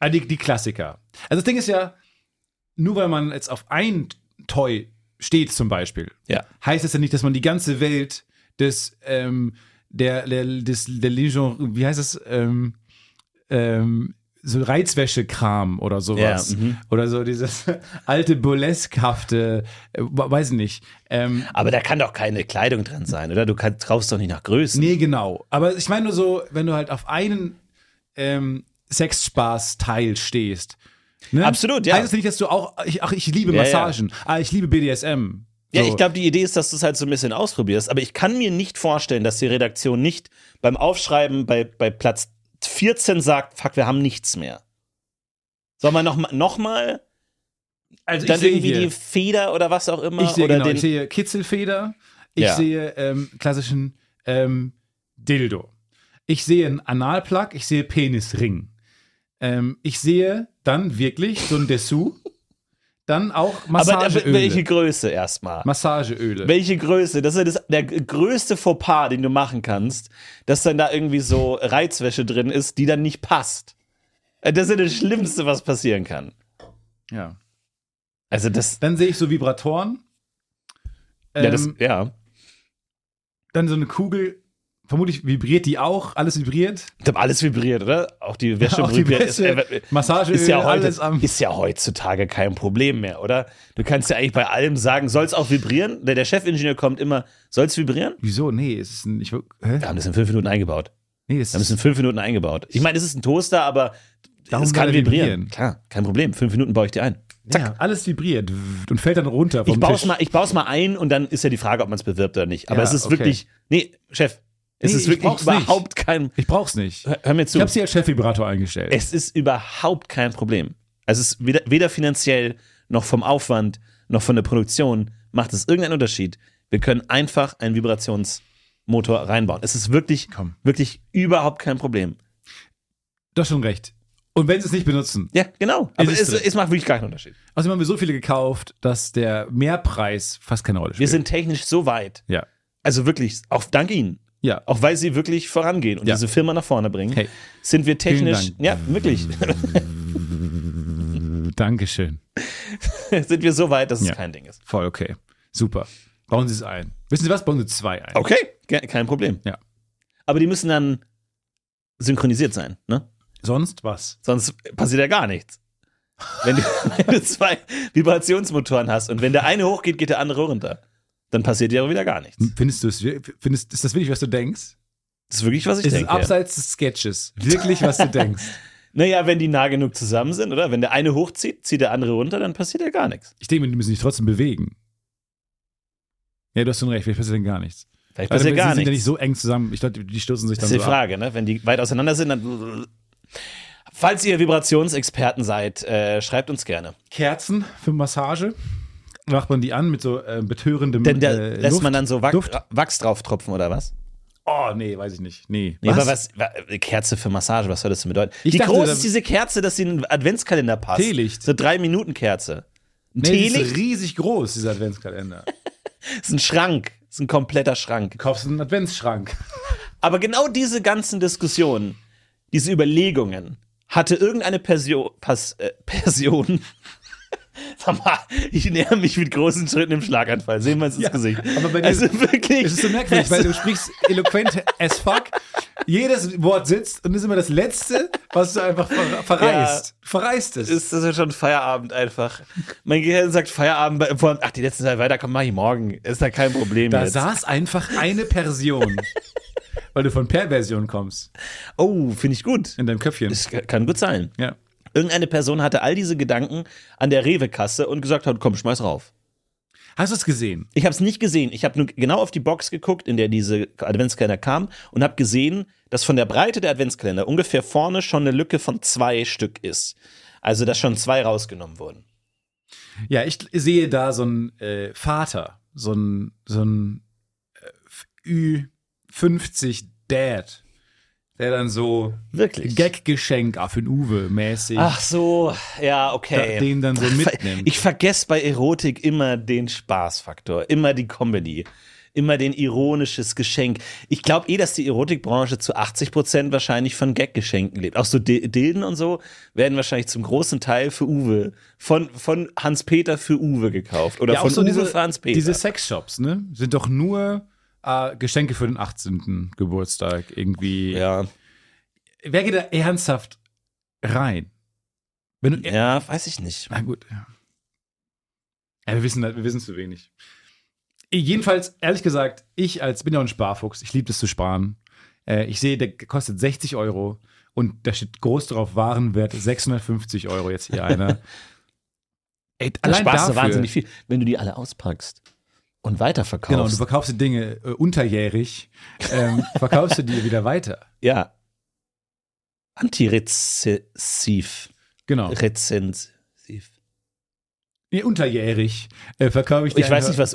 [SPEAKER 5] ah, die, die Klassiker. Also das Ding ist ja, nur weil man jetzt auf ein Toy steht zum Beispiel,
[SPEAKER 8] Ja.
[SPEAKER 5] heißt das ja nicht, dass man die ganze Welt des, ähm, der, der, des, der Legion, wie heißt es, ähm, ähm, so Reizwäschekram oder sowas.
[SPEAKER 8] Ja, mhm.
[SPEAKER 5] Oder so dieses alte burleskhafte, äh, weiß nicht. Ähm,
[SPEAKER 8] Aber da kann doch keine Kleidung dran sein, oder? Du kannst, kaufst doch nicht nach Größen.
[SPEAKER 5] Nee, genau. Aber ich meine nur so, wenn du halt auf einen ähm, Sexspaß-Teil stehst. Ne?
[SPEAKER 8] Absolut, ja.
[SPEAKER 5] Heißt es nicht, dass du auch, ich, ach, ich liebe
[SPEAKER 8] Ja,
[SPEAKER 5] Massagen, Ah, ich liebe BDSM.
[SPEAKER 8] Ja,
[SPEAKER 5] So.
[SPEAKER 8] ich glaube, die Idee ist, dass du es halt so ein bisschen ausprobierst. Aber ich kann mir nicht vorstellen, dass die Redaktion nicht beim Aufschreiben bei, bei Platz 14 sagt, fuck, wir haben nichts mehr. Sollen wir nochmal, noch mal
[SPEAKER 5] also
[SPEAKER 8] dann
[SPEAKER 5] sehe
[SPEAKER 8] irgendwie
[SPEAKER 5] hier-
[SPEAKER 8] die Feder oder was auch immer?
[SPEAKER 5] ich sehe,
[SPEAKER 8] oder
[SPEAKER 5] genau,
[SPEAKER 8] den,
[SPEAKER 5] ich sehe Kitzelfeder, ich
[SPEAKER 8] Ja.
[SPEAKER 5] sehe ähm, klassischen ähm, Dildo. Ich sehe einen Analplug, ich sehe Penisring. Ähm, ich sehe dann wirklich so ein Dessous, dann auch
[SPEAKER 8] aber aber
[SPEAKER 5] Massageöle.
[SPEAKER 8] welche Größe erstmal?
[SPEAKER 5] Massageöle.
[SPEAKER 8] Welche Größe? Das ist ja das, der größte Fauxpas, den du machen kannst, dass dann da irgendwie so Reizwäsche drin ist, die dann nicht passt. Äh, Das ist ja das Schlimmste, was passieren kann.
[SPEAKER 5] ja.
[SPEAKER 8] Also das,
[SPEAKER 5] Dann sehe ich so Vibratoren.
[SPEAKER 8] ja, das,
[SPEAKER 5] Ähm,
[SPEAKER 8] ja.
[SPEAKER 5] Dann so eine Kugel. Vermutlich vibriert die auch. Alles vibriert.
[SPEAKER 8] Ich glaube, alles vibriert, oder? Auch die Wäsche
[SPEAKER 5] Auch die
[SPEAKER 8] vibriert.
[SPEAKER 5] Wäsche,
[SPEAKER 8] ist,
[SPEAKER 5] Massageöl,
[SPEAKER 8] ist, ja heute,
[SPEAKER 5] alles am-
[SPEAKER 8] ist ja heutzutage kein Problem mehr, oder? Du kannst ja eigentlich bei allem sagen, soll es auch vibrieren? Der, der Chefingenieur kommt immer, soll es vibrieren?
[SPEAKER 5] Wieso? Nee, es ist ein. Ich, hä?
[SPEAKER 8] Wir haben das in fünf Minuten eingebaut.
[SPEAKER 5] Nee, es
[SPEAKER 8] Wir haben das in
[SPEAKER 5] ist,
[SPEAKER 8] fünf Minuten eingebaut. Ich meine, es ist ein Toaster, aber
[SPEAKER 5] Darum
[SPEAKER 8] es kann
[SPEAKER 5] soll er
[SPEAKER 8] vibrieren.
[SPEAKER 5] vibrieren.
[SPEAKER 8] Klar, kein Problem. Fünf Minuten baue ich dir ein.
[SPEAKER 5] ja, alles vibriert und fällt dann runter vom
[SPEAKER 8] Ich baue es
[SPEAKER 5] Tisch.
[SPEAKER 8] mal, ich bau's mal ein und dann ist ja die Frage, ob man es bewirbt oder nicht. Aber
[SPEAKER 5] Ja,
[SPEAKER 8] es ist
[SPEAKER 5] okay.
[SPEAKER 8] wirklich. Nee, Chef, es
[SPEAKER 5] Nee,
[SPEAKER 8] ist
[SPEAKER 5] ich
[SPEAKER 8] wirklich
[SPEAKER 5] brauch's nicht.
[SPEAKER 8] überhaupt kein.
[SPEAKER 5] Ich brauch's nicht.
[SPEAKER 8] Hör, hör mir zu.
[SPEAKER 5] Ich habe sie als Chefvibrator eingestellt.
[SPEAKER 8] Es ist überhaupt kein Problem. Also es ist weder, weder finanziell noch vom Aufwand noch von der Produktion macht es irgendeinen Unterschied. Wir können einfach einen Vibrationsmotor reinbauen. Es ist wirklich,
[SPEAKER 5] Komm.
[SPEAKER 8] wirklich überhaupt kein Problem.
[SPEAKER 5] du hast schon recht. Und wenn sie es nicht benutzen.
[SPEAKER 8] Ja, genau. Aber
[SPEAKER 5] ist
[SPEAKER 8] es,
[SPEAKER 5] drin.
[SPEAKER 8] es macht wirklich gar keinen Unterschied.
[SPEAKER 5] Außerdem haben wir so viele gekauft, dass der Mehrpreis fast keine Rolle spielt.
[SPEAKER 8] Wir sind technisch so weit.
[SPEAKER 5] Ja.
[SPEAKER 8] Also wirklich, auch dank Ihnen.
[SPEAKER 5] Ja.
[SPEAKER 8] Auch weil Sie wirklich vorangehen und
[SPEAKER 5] Ja.
[SPEAKER 8] diese Firma nach vorne bringen,
[SPEAKER 5] Hey.
[SPEAKER 8] sind wir technisch,
[SPEAKER 5] Vielen Dank. Mhm.
[SPEAKER 8] ja, wirklich,
[SPEAKER 5] Dankeschön.
[SPEAKER 8] sind wir so weit, dass es
[SPEAKER 5] Ja.
[SPEAKER 8] kein Ding ist.
[SPEAKER 5] Voll okay. Super. Bauen Sie es ein. Wissen Sie was? Bauen Sie zwei ein.
[SPEAKER 8] Okay, ke- kein Problem.
[SPEAKER 5] Ja.
[SPEAKER 8] Aber die müssen dann synchronisiert sein, ne?
[SPEAKER 5] Sonst was?
[SPEAKER 8] Sonst passiert ja gar nichts. Wenn du, wenn du zwei Vibrationsmotoren hast und wenn der eine hochgeht, geht der andere runter. Dann passiert ja wieder gar nichts.
[SPEAKER 5] Hm, Findest du es? wir- Findest, ist das wirklich, was du denkst?
[SPEAKER 8] Das ist wirklich, was ich
[SPEAKER 5] Es ist
[SPEAKER 8] denke.
[SPEAKER 5] abseits des Sketches. Wirklich, was du denkst.
[SPEAKER 8] Naja, wenn die nah genug zusammen sind, oder? Wenn der eine hochzieht, zieht der andere runter, dann passiert ja gar nichts.
[SPEAKER 5] Ich denke, die müssen sich trotzdem bewegen. Ja, du hast schon recht, vielleicht passiert denn gar nichts.
[SPEAKER 8] Vielleicht
[SPEAKER 5] Also,
[SPEAKER 8] passiert
[SPEAKER 5] sie
[SPEAKER 8] gar
[SPEAKER 5] sind ja nicht
[SPEAKER 8] nichts.
[SPEAKER 5] so eng zusammen. Ich glaube, die stoßen sich dann
[SPEAKER 8] Das ist die
[SPEAKER 5] so ab.
[SPEAKER 8] Frage, ne? Wenn die weit auseinander sind, dann. Falls ihr Vibrationsexperten seid, äh, schreibt uns gerne.
[SPEAKER 5] Kerzen für Massage. Macht man die an mit so äh, betörendem
[SPEAKER 8] Denn da
[SPEAKER 5] äh,
[SPEAKER 8] lässt
[SPEAKER 5] Luft?
[SPEAKER 8] man dann so Wach-
[SPEAKER 5] Duft?
[SPEAKER 8] Wachs drauf tropfen, oder was?
[SPEAKER 5] Oh, nee, weiß ich nicht. Nee.
[SPEAKER 8] Nee, aber was, wa- äh, Kerze für Massage, was soll das denn bedeuten?
[SPEAKER 5] Ich
[SPEAKER 8] Wie
[SPEAKER 5] dachte,
[SPEAKER 8] groß
[SPEAKER 5] da-
[SPEAKER 8] ist diese Kerze, dass sie in einen Adventskalender passt?
[SPEAKER 5] Teelicht.
[SPEAKER 8] So drei Minuten Kerze.
[SPEAKER 5] Nee,
[SPEAKER 8] Ein
[SPEAKER 5] das ist
[SPEAKER 8] Teelicht
[SPEAKER 5] riesig groß, dieser Adventskalender.
[SPEAKER 8] ist ein Schrank, ist ein kompletter Schrank.
[SPEAKER 5] Du kaufst einen Adventsschrank.
[SPEAKER 8] Aber genau diese ganzen Diskussionen, diese Überlegungen hatte irgendeine Persio Pas äh, Person, Sag mal, ich näher mich mit großen Schritten im Schlaganfall. Sehen wir uns ins Gesicht.
[SPEAKER 5] aber bei dir
[SPEAKER 8] also wirklich.
[SPEAKER 5] Es ist so merkwürdig, weil du sprichst eloquent as fuck. Jedes Wort sitzt und ist immer das Letzte, was du einfach ver verreist. Verreist es.
[SPEAKER 8] ist das ja schon Feierabend einfach. Mein Gehirn sagt Feierabend, bei- vor allem, ach, die letzten Zeit weiter, komm, mach ich morgen. Ist da kein Problem
[SPEAKER 5] da
[SPEAKER 8] jetzt.
[SPEAKER 5] saß einfach eine Person, weil du von Perversion kommst
[SPEAKER 8] Oh, finde ich gut.
[SPEAKER 5] in deinem Köpfchen.
[SPEAKER 8] Das kann gut sein.
[SPEAKER 5] ja.
[SPEAKER 8] Irgendeine Person hatte all diese Gedanken an der Rewe-Kasse und gesagt hat, komm, schmeiß rauf.
[SPEAKER 5] Hast du es gesehen?
[SPEAKER 8] Ich habe es nicht gesehen. Ich habe nur genau auf die Box geguckt, in der diese Adventskalender kam und habe gesehen, dass von der Breite der Adventskalender ungefähr vorne schon eine Lücke von zwei Stück ist. Also, dass schon zwei rausgenommen wurden.
[SPEAKER 5] Ja, ich sehe da so einen äh, Vater, so einen so einen, äh, Ü50 Dad, der dann so
[SPEAKER 8] Wirklich?
[SPEAKER 5] Gag-Geschenk auf den Uwe mäßig
[SPEAKER 8] Ach so, ja, okay.
[SPEAKER 5] da, den dann so
[SPEAKER 8] Ver-
[SPEAKER 5] mitnimmt.
[SPEAKER 8] Ich vergesse bei Erotik immer den Spaßfaktor, immer die Comedy, immer den ironisches Geschenk. Ich glaube eh, dass die Erotikbranche zu 80 Prozent wahrscheinlich von Gag-Geschenken lebt. Auch so Di- Dilden und so werden wahrscheinlich zum großen Teil für Uwe, von, von Hans-Peter für Uwe gekauft oder
[SPEAKER 5] Ja,
[SPEAKER 8] von
[SPEAKER 5] auch so
[SPEAKER 8] Uwe
[SPEAKER 5] diese,
[SPEAKER 8] für Hans-Peter.
[SPEAKER 5] diese Sexshops, ne? Sind doch nur äh, Geschenke für den 18. Geburtstag irgendwie.
[SPEAKER 8] ja,
[SPEAKER 5] Wer geht da ernsthaft rein? Wenn du,
[SPEAKER 8] ja, weiß ich nicht.
[SPEAKER 5] Na gut, ja. ja wir, wissen, wir wissen zu wenig. Jedenfalls, ehrlich gesagt, ich als bin ja auch ein Sparfuchs, ich liebe es zu sparen. Äh, ich sehe, der kostet 60 Euro und da steht groß drauf Warenwert 650 Euro jetzt hier einer. Ey,
[SPEAKER 8] Da
[SPEAKER 5] allein
[SPEAKER 8] sparst du
[SPEAKER 5] dafür,
[SPEAKER 8] wahnsinnig viel, wenn du die alle auspackst und weiterverkaufst.
[SPEAKER 5] Genau, du verkaufst die Dinge äh, unterjährig, ähm, verkaufst du die wieder weiter.
[SPEAKER 8] ja. Antirezessiv.
[SPEAKER 5] Genau.
[SPEAKER 8] Rezensiv.
[SPEAKER 5] Nee, unterjährig äh, verkaufe ich die
[SPEAKER 8] Ich weiß
[SPEAKER 5] einfach-
[SPEAKER 8] nicht, was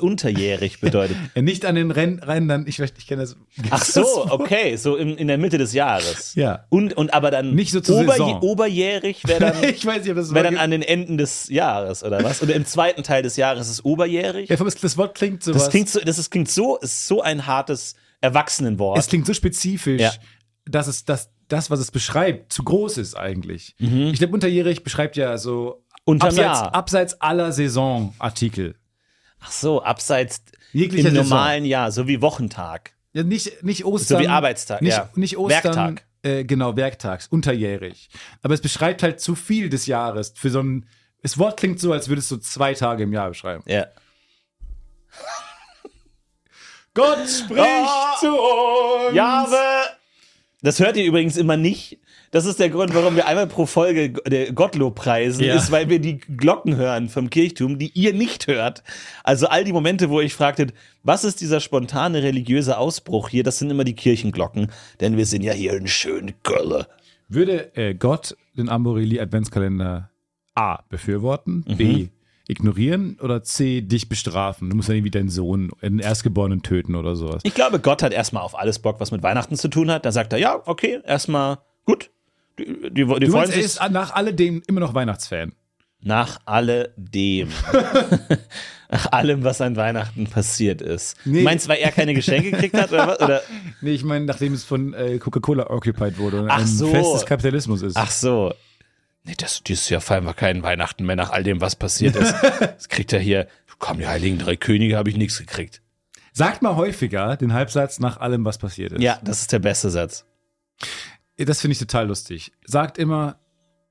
[SPEAKER 8] unterjährig bedeutet.
[SPEAKER 5] Äh, nicht an den Renn Rändern, ich, weiß- ich kenne das.
[SPEAKER 8] Ach so, okay, so in, in der Mitte des Jahres.
[SPEAKER 5] Ja.
[SPEAKER 8] Und, und aber dann
[SPEAKER 5] Nicht so zur Saison.
[SPEAKER 8] oberjährig wäre dann,
[SPEAKER 5] ich weiß nicht, ob das
[SPEAKER 8] wär
[SPEAKER 5] Wort
[SPEAKER 8] dann an den Enden des Jahres oder was? Oder im zweiten Teil des Jahres ist oberjährig.
[SPEAKER 5] Ja, das, das Wort klingt sowas.
[SPEAKER 8] das klingt so, das ist, klingt so, ist so ein hartes Erwachsenenwort.
[SPEAKER 5] es klingt so spezifisch,
[SPEAKER 8] Ja.
[SPEAKER 5] dass es das, das, was es beschreibt, zu groß ist eigentlich. Ich glaube, unterjährig beschreibt ja so
[SPEAKER 8] Mhm. Unterm
[SPEAKER 5] abseits,
[SPEAKER 8] Jahr.
[SPEAKER 5] abseits aller Saisonartikel.
[SPEAKER 8] Ach so, abseits
[SPEAKER 5] Jeglicher
[SPEAKER 8] im
[SPEAKER 5] Saison.
[SPEAKER 8] normalen Jahr, so wie Wochentag.
[SPEAKER 5] Ja, nicht, nicht Ostern.
[SPEAKER 8] So wie Arbeitstag,
[SPEAKER 5] nicht,
[SPEAKER 8] ja.
[SPEAKER 5] Nicht Ostern.
[SPEAKER 8] Werktag.
[SPEAKER 5] Äh, genau, Werktags, unterjährig. Aber es beschreibt halt zu viel des Jahres. Für so ein, das Wort klingt so, als würdest du zwei Tage im Jahr beschreiben.
[SPEAKER 8] Ja.
[SPEAKER 5] Gott spricht zu uns!
[SPEAKER 8] Jahre! Das hört ihr übrigens immer nicht. Das ist der Grund, warum wir einmal pro Folge der Gottlob preisen,
[SPEAKER 5] Ja.
[SPEAKER 8] ist, weil wir die Glocken hören vom Kirchturm, die ihr nicht hört. Also all die Momente, wo ich fragte, was ist dieser spontane religiöse Ausbruch hier, das sind immer die Kirchenglocken, denn wir sind ja hier in Schönköln.
[SPEAKER 5] Würde äh, Gott den Amborelli Adventskalender A befürworten,
[SPEAKER 8] Mhm.
[SPEAKER 5] B ignorieren oder C dich bestrafen? Du musst dann irgendwie deinen Sohn, einen Erstgeborenen töten oder sowas.
[SPEAKER 8] Ich glaube, Gott hat erstmal auf alles Bock, was mit Weihnachten zu tun hat. Da sagt er, ja, okay, erstmal gut. Die, die, die
[SPEAKER 5] Du
[SPEAKER 8] freuen
[SPEAKER 5] meinst, er
[SPEAKER 8] sich.
[SPEAKER 5] ist nach alledem immer noch Weihnachtsfan.
[SPEAKER 8] Nach alledem. Nach allem, was an Weihnachten passiert ist.
[SPEAKER 5] Nee.
[SPEAKER 8] Meinst du, weil er keine Geschenke gekriegt hat? Oder was? Oder?
[SPEAKER 5] Nee, ich meine, nachdem es von äh, Coca-Cola occupied wurde und
[SPEAKER 8] Ach
[SPEAKER 5] ein
[SPEAKER 8] so.
[SPEAKER 5] Fest des Kapitalismus ist.
[SPEAKER 8] Ach so. Nee, das, dieses Jahr feiern wir keinen Weihnachten mehr nach all dem, was passiert ist. Das kriegt er hier. Komm, die Heiligen Drei Könige habe ich nichts gekriegt.
[SPEAKER 5] Sagt mal häufiger den Halbsatz nach allem, was passiert ist.
[SPEAKER 8] Ja, das ist der beste Satz.
[SPEAKER 5] Das finde ich total lustig. Sagt immer,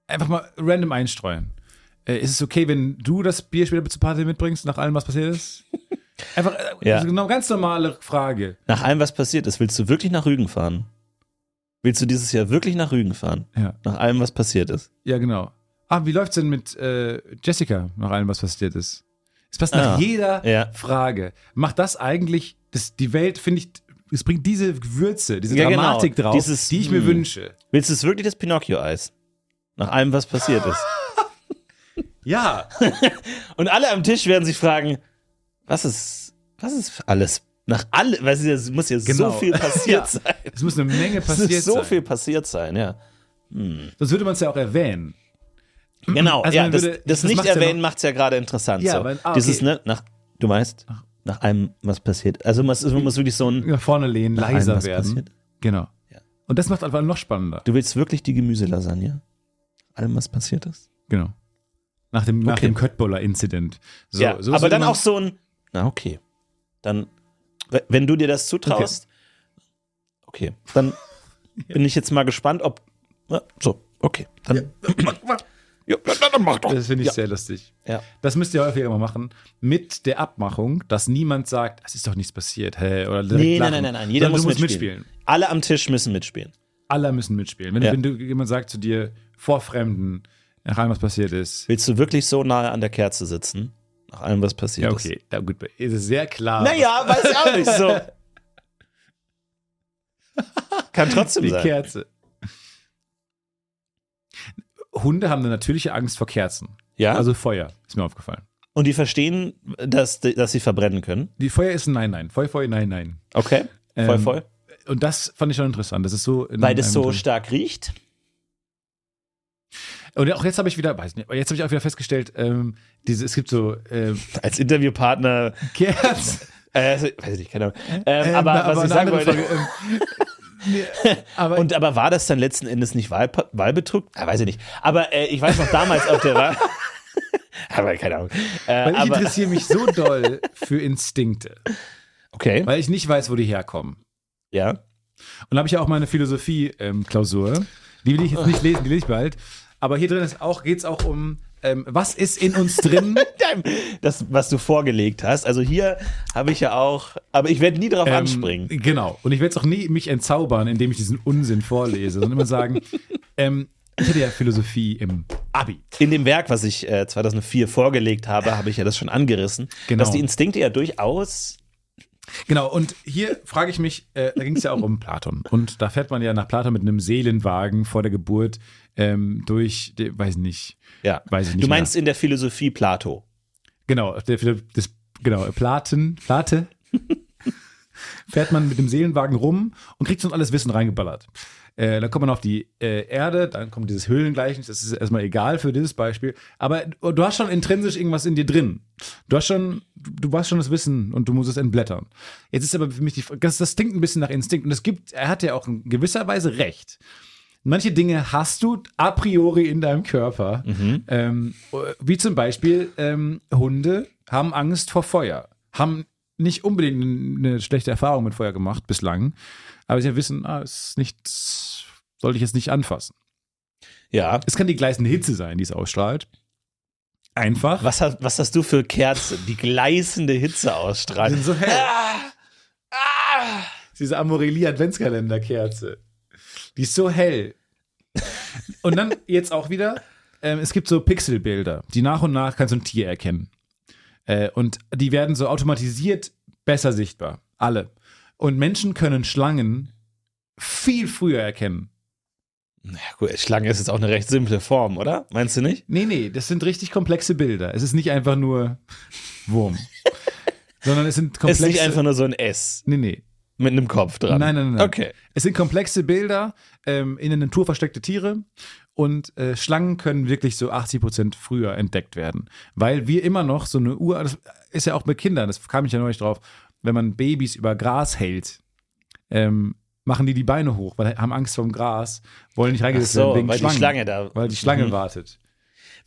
[SPEAKER 5] einfach mal random einstreuen. Äh, ist es okay, wenn du das Bier später zur Party mitbringst, nach allem, was passiert ist? Einfach äh,
[SPEAKER 8] Ja.
[SPEAKER 5] also eine ganz normale Frage.
[SPEAKER 8] Nach allem, was passiert ist, willst du wirklich nach Rügen fahren? Willst du dieses Jahr wirklich nach Rügen fahren?
[SPEAKER 5] Ja,
[SPEAKER 8] Nach allem, was passiert ist.
[SPEAKER 5] ja genau. Ah, wie läuft's denn mit äh, Jessica, nach allem, was passiert ist? Es passt
[SPEAKER 8] Ah,
[SPEAKER 5] nach jeder
[SPEAKER 8] ja.
[SPEAKER 5] Frage. Macht das eigentlich, das, die Welt, finde ich, es bringt diese Würze, diese
[SPEAKER 8] Ja, genau.
[SPEAKER 5] Dramatik drauf,
[SPEAKER 8] Dieses,
[SPEAKER 5] die ich mir
[SPEAKER 8] hm.
[SPEAKER 5] wünsche.
[SPEAKER 8] Willst du es wirklich das Pinocchio-Eis? Nach allem, was passiert ist.
[SPEAKER 5] Ja,
[SPEAKER 8] Und alle am Tisch werden sich fragen, was ist, was ist alles? Nach alle, weil es muss ja
[SPEAKER 5] Genau.
[SPEAKER 8] so viel passiert
[SPEAKER 5] Ja.
[SPEAKER 8] sein.
[SPEAKER 5] es muss eine Menge
[SPEAKER 8] Es
[SPEAKER 5] passiert
[SPEAKER 8] ist so
[SPEAKER 5] sein.
[SPEAKER 8] viel passiert sein, ja.
[SPEAKER 5] Sonst würde man es ja auch erwähnen.
[SPEAKER 8] Genau,
[SPEAKER 5] Also
[SPEAKER 8] ja,
[SPEAKER 5] man
[SPEAKER 8] das,
[SPEAKER 5] würde-
[SPEAKER 8] das,
[SPEAKER 5] das
[SPEAKER 8] nicht
[SPEAKER 5] macht's ja
[SPEAKER 8] erwähnen
[SPEAKER 5] noch-
[SPEAKER 8] macht es ja gerade interessant.
[SPEAKER 5] Ja,
[SPEAKER 8] so.
[SPEAKER 5] weil- ah,
[SPEAKER 8] Dieses,
[SPEAKER 5] okay.
[SPEAKER 8] ne, nach, du weißt, nach allem, was passiert. Also man, man muss wirklich so ein,
[SPEAKER 5] Nach vorne lehnen,
[SPEAKER 8] Nach allem,
[SPEAKER 5] leiser
[SPEAKER 8] was
[SPEAKER 5] werden.
[SPEAKER 8] passiert.
[SPEAKER 5] Genau. Und das macht einfach noch spannender.
[SPEAKER 8] du willst wirklich die Gemüselasagne? Allem, was passiert ist?
[SPEAKER 5] Genau. Nach dem, nach
[SPEAKER 8] Okay.
[SPEAKER 5] dem Köttboller-Incident. So,
[SPEAKER 8] ja,
[SPEAKER 5] so ist
[SPEAKER 8] aber dann
[SPEAKER 5] immer-
[SPEAKER 8] auch so ein, na okay, dann, w- wenn du dir das zutraust, okay, dann bin ich jetzt mal gespannt, ob, na, so, okay, dann, ja. dann mach doch.
[SPEAKER 5] Das finde ich
[SPEAKER 8] ja.
[SPEAKER 5] sehr lustig.
[SPEAKER 8] Ja.
[SPEAKER 5] Das müsst ihr häufiger mal machen. Mit der Abmachung, dass niemand sagt, es ist doch nichts passiert, hey, oder direkt
[SPEAKER 8] Nee,
[SPEAKER 5] lachen.
[SPEAKER 8] nein, nein, nein, nein, jeder
[SPEAKER 5] Sondern
[SPEAKER 8] muss
[SPEAKER 5] du musst
[SPEAKER 8] mitspielen. Alle am Tisch müssen mitspielen.
[SPEAKER 5] Alle müssen mitspielen. Wenn,
[SPEAKER 8] Ja.
[SPEAKER 5] wenn du, jemand sagt zu dir, vor Fremden, nach allem, was passiert ist,
[SPEAKER 8] Willst du wirklich so nahe an der Kerze sitzen, nach allem, was passiert
[SPEAKER 5] ja,
[SPEAKER 8] ist?
[SPEAKER 5] okay, ja, gut, ist es sehr klar.
[SPEAKER 8] Naja, weiß ich auch nicht, so. Kann trotzdem
[SPEAKER 5] die
[SPEAKER 8] sein.
[SPEAKER 5] Kerze. Hunde haben eine natürliche Angst vor Kerzen.
[SPEAKER 8] Ja, also,
[SPEAKER 5] Also Feuer, ist mir aufgefallen.
[SPEAKER 8] und die verstehen, dass, dass sie verbrennen können.
[SPEAKER 5] Die Feuer ist ein Nein, Nein. Feuer, Feuer, Nein, Nein.
[SPEAKER 8] Okay, voll,
[SPEAKER 5] Ähm,
[SPEAKER 8] voll.
[SPEAKER 5] Und das fand ich schon interessant. Das ist so. in
[SPEAKER 8] Weil das
[SPEAKER 5] einem
[SPEAKER 8] so
[SPEAKER 5] drin.
[SPEAKER 8] stark riecht.
[SPEAKER 5] Und auch jetzt habe ich wieder, weiß nicht, aber jetzt habe ich auch wieder festgestellt, ähm, diese, es gibt so ähm,
[SPEAKER 8] Als Interviewpartner,
[SPEAKER 5] Kerzen.
[SPEAKER 8] äh, weiß ich nicht, keine Ahnung. Ähm,
[SPEAKER 5] Ähm,
[SPEAKER 8] aber was ich
[SPEAKER 5] eine
[SPEAKER 8] sagen
[SPEAKER 5] andere
[SPEAKER 8] wollte,
[SPEAKER 5] Frage, ähm, nee, aber
[SPEAKER 8] und aber war das dann letzten Endes nicht Wahl, Wahlbetrug? Ah, weiß ich nicht. Aber äh, ich weiß noch damals auf der Wahl. aber keine Ahnung. Äh,
[SPEAKER 5] weil ich
[SPEAKER 8] aber,
[SPEAKER 5] interessiere mich so doll für Instinkte,
[SPEAKER 8] okay,
[SPEAKER 5] weil ich nicht weiß, wo die herkommen.
[SPEAKER 8] ja.
[SPEAKER 5] Und da habe ich ja auch meine Philosophie-Klausur. die will ich jetzt nicht lesen, die lese ich bald. Aber hier drin ist auch, geht es auch um, ähm, was ist in uns drin?
[SPEAKER 8] Das, was du vorgelegt hast. Also hier habe ich ja auch, aber ich werde nie darauf
[SPEAKER 5] Ähm,
[SPEAKER 8] anspringen.
[SPEAKER 5] Genau. Und ich werde es auch nie mich entzaubern, indem ich diesen Unsinn vorlese, sondern immer sagen, ähm, ich hatte ja Philosophie im Abi.
[SPEAKER 8] In dem Werk, was ich äh, 2004 vorgelegt habe, habe ich ja das schon angerissen,
[SPEAKER 5] Genau.
[SPEAKER 8] dass die Instinkte ja durchaus
[SPEAKER 5] Genau, und hier frage ich mich, äh, da ging es ja auch um Platon. Und da fährt man ja nach Platon mit einem Seelenwagen vor der Geburt ähm, durch, die, weiß nicht,
[SPEAKER 8] Ja.
[SPEAKER 5] weiß ich nicht.
[SPEAKER 8] du meinst
[SPEAKER 5] mehr.
[SPEAKER 8] in der Philosophie Plato.
[SPEAKER 5] genau, der, der, das, genau, Platen, Plate fährt man mit dem Seelenwagen rum und kriegt so alles Wissen reingeballert. Äh, dann kommt man auf die äh, Erde, dann kommt dieses Höhlengleichnis, das ist erstmal egal für dieses Beispiel. Aber du du hast schon intrinsisch irgendwas in dir drin. Du hast schon, du du weißt schon das Wissen und du musst es entblättern. Jetzt ist aber für mich die Fra- das, das klingt ein bisschen nach Instinkt und es gibt, er hat ja auch in gewisser Weise recht. Manche Dinge hast du a priori in deinem Körper, ähm, wie zum Beispiel ähm, Hunde haben Angst vor Feuer, haben nicht unbedingt eine schlechte Erfahrung mit Feuer gemacht bislang, aber sie wissen, ah, es ist nichts, sollte ich jetzt nicht anfassen.
[SPEAKER 8] Ja.
[SPEAKER 5] Es kann die gleißende Hitze sein, die es ausstrahlt. Einfach.
[SPEAKER 8] Was hast, was hast du für Kerzen, die gleißende Hitze
[SPEAKER 5] Die
[SPEAKER 8] ausstrahlen?
[SPEAKER 5] sind so hell. Ah, Diese Amorelie Adventskalenderkerze. Die ist so hell. Und dann jetzt auch wieder, ähm, es gibt so Pixelbilder, die nach und nach kannst du ein Tier erkennen. Äh, und die werden so automatisiert besser sichtbar. Alle. Und Menschen können Schlangen viel früher erkennen.
[SPEAKER 8] Na gut, Schlange ist jetzt auch eine recht simple Form, oder? Meinst du nicht?
[SPEAKER 5] Nee, nee, das sind richtig komplexe Bilder. Es ist nicht einfach nur Wurm. sondern es sind
[SPEAKER 8] Es
[SPEAKER 5] komplexe.
[SPEAKER 8] ist nicht einfach nur so ein S
[SPEAKER 5] nee, nee.
[SPEAKER 8] mit einem Kopf dran.
[SPEAKER 5] Nein, nein, nein, nein.
[SPEAKER 8] Okay.
[SPEAKER 5] Es sind komplexe Bilder, ähm, in der Natur versteckte Tiere und äh, Schlangen können wirklich so 80 Prozent früher entdeckt werden, weil wir immer noch so eine Uhr, das ist ja auch mit Kindern, das kam ich ja neulich drauf, wenn man Babys über Gras hält, ähm, machen die die Beine hoch, weil haben Angst vorm Gras, wollen nicht
[SPEAKER 8] Ach
[SPEAKER 5] reingesetzt
[SPEAKER 8] so,
[SPEAKER 5] werden wegen
[SPEAKER 8] weil
[SPEAKER 5] Schlangen,
[SPEAKER 8] die Schlange da.
[SPEAKER 5] weil die Schlange
[SPEAKER 8] Mhm.
[SPEAKER 5] wartet.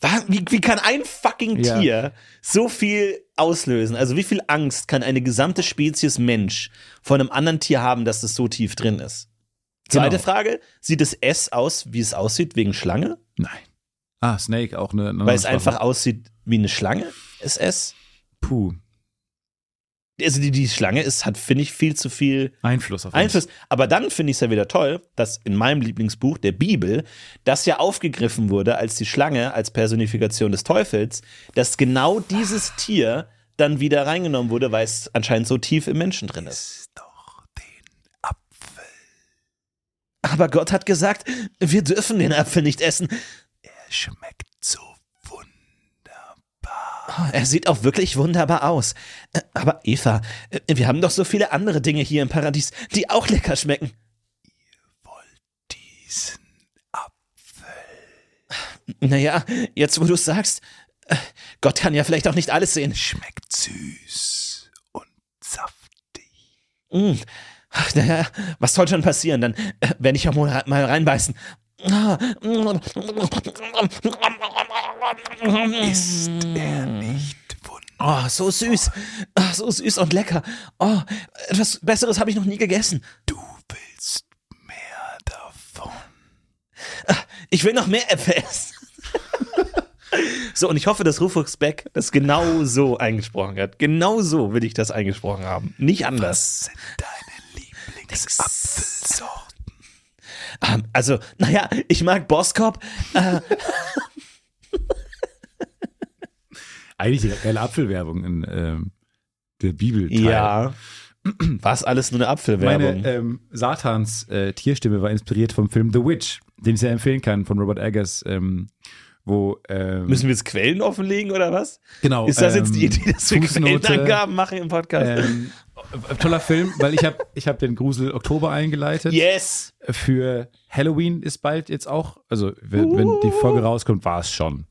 [SPEAKER 8] Wa- Wie, wie kann ein fucking
[SPEAKER 5] Ja.
[SPEAKER 8] Tier so viel auslösen? Also wie viel Angst kann eine gesamte Spezies Mensch von einem anderen Tier haben, dass das so tief drin ist? Zweite
[SPEAKER 5] Genau.
[SPEAKER 8] Frage, sieht das S aus, wie es aussieht, wegen Schlange?
[SPEAKER 5] Nein. Ah, Snake auch eine. eine
[SPEAKER 8] Weil es
[SPEAKER 5] Schlange.
[SPEAKER 8] einfach aussieht wie eine Schlange, ist S?
[SPEAKER 5] puh
[SPEAKER 8] Also die, die Schlange ist, hat, finde ich, viel zu viel
[SPEAKER 5] Einfluss auf uns.
[SPEAKER 8] Einfluss. Aber dann finde ich es ja wieder toll, dass in meinem Lieblingsbuch, der Bibel, das ja aufgegriffen wurde, als die Schlange, als Personifikation des Teufels, dass genau dieses Tier dann wieder reingenommen wurde, weil es anscheinend so tief im Menschen drin ist. Aber Gott hat gesagt, wir dürfen den Apfel nicht essen.
[SPEAKER 5] Schmeckt so
[SPEAKER 8] Er sieht auch wirklich wunderbar aus. Äh, Aber Eva, äh, wir haben doch so viele andere Dinge hier im Paradies, die auch lecker schmecken.
[SPEAKER 5] diesen.
[SPEAKER 8] Naja, jetzt wo du es sagst, äh, Gott kann ja vielleicht auch nicht alles sehen.
[SPEAKER 5] Schmeckt süß und saftig.
[SPEAKER 8] Hm, Mm. Ach, naja, was soll schon passieren? Dann äh, werde ich ja mal mal reinbeißen.
[SPEAKER 6] Ist
[SPEAKER 8] Mm.
[SPEAKER 6] er nicht wunderbar? Oh, so süß. Ah, so süß und lecker. Oh, etwas Besseres habe ich noch nie gegessen. Du willst mehr davon.
[SPEAKER 8] Ah,
[SPEAKER 6] Ich will noch mehr Äpfel essen.
[SPEAKER 8] So, und ich hoffe, dass Rufus Beck das genau so eingesprochen hat. Genau so will ich das eingesprochen haben. Nicht anders. Ähm, also, naja, ich mag Boskop.
[SPEAKER 5] Eigentlich eine geile Apfelwerbung in ähm, der Bibel.
[SPEAKER 8] Was alles nur eine Apfelwerbung?
[SPEAKER 6] äh,
[SPEAKER 5] Meine ähm, Satans äh, Tierstimme war inspiriert vom Film The Witch, den ich sehr empfehlen kann, von Robert Eggers, ähm, wo ähm,
[SPEAKER 8] Müssen wir jetzt Quellen offenlegen oder was?
[SPEAKER 5] genau
[SPEAKER 8] Ist das jetzt die
[SPEAKER 5] ähm,
[SPEAKER 8] Idee, dass wir
[SPEAKER 5] Fußnote,
[SPEAKER 8] Quellenangaben machen im Podcast?
[SPEAKER 5] ähm, toller Film, weil ich habe ich hab den Grusel Oktober eingeleitet.
[SPEAKER 8] yes!
[SPEAKER 5] Für Halloween ist bald jetzt auch, also wenn, wenn die Folge rauskommt, war es schon.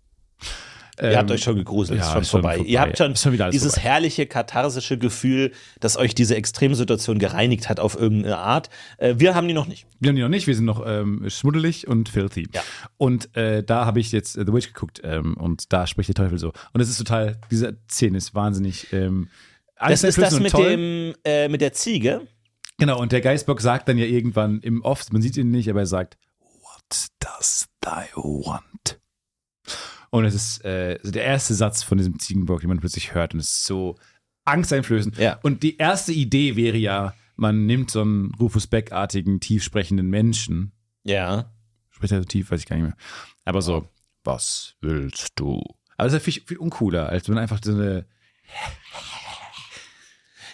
[SPEAKER 8] Ihr habt euch schon gegruselt,
[SPEAKER 5] ähm, ja,
[SPEAKER 8] ist schon
[SPEAKER 5] ist schon
[SPEAKER 8] vorbei.
[SPEAKER 5] vorbei.
[SPEAKER 8] Ihr habt schon,
[SPEAKER 5] Ist schon wieder alles
[SPEAKER 8] dieses
[SPEAKER 5] vorbei.
[SPEAKER 8] herrliche katharsische Gefühl, dass euch diese Extremsituation gereinigt hat auf irgendeine Art. Äh, Wir haben die noch nicht.
[SPEAKER 5] Wir haben die noch nicht, wir sind noch ähm, schmuddelig und filthy.
[SPEAKER 8] Ja.
[SPEAKER 5] Und äh, da habe ich jetzt äh, The Witch geguckt ähm, und da spricht der Teufel so. Und es ist total, diese Szene ist wahnsinnig. Ähm,
[SPEAKER 8] Das ist das
[SPEAKER 5] angsteinflößend und
[SPEAKER 8] mit,
[SPEAKER 5] toll.
[SPEAKER 8] dem, äh, mit der Ziege.
[SPEAKER 5] Genau, und der Geistbock sagt dann ja irgendwann im Off, man sieht ihn nicht, aber er sagt, What does thy want? Und es ist äh, so der erste Satz von diesem Ziegenbock, den man plötzlich hört und es ist so angsteinflößend.
[SPEAKER 8] Ja.
[SPEAKER 5] Und die erste Idee wäre ja, man nimmt so einen Rufus Beck-artigen, tief sprechenden Menschen,
[SPEAKER 8] Ja.
[SPEAKER 5] spricht er so tief, weiß ich gar nicht mehr, aber so, was willst du? Aber das ist ja viel, viel uncooler, als wenn einfach so eine,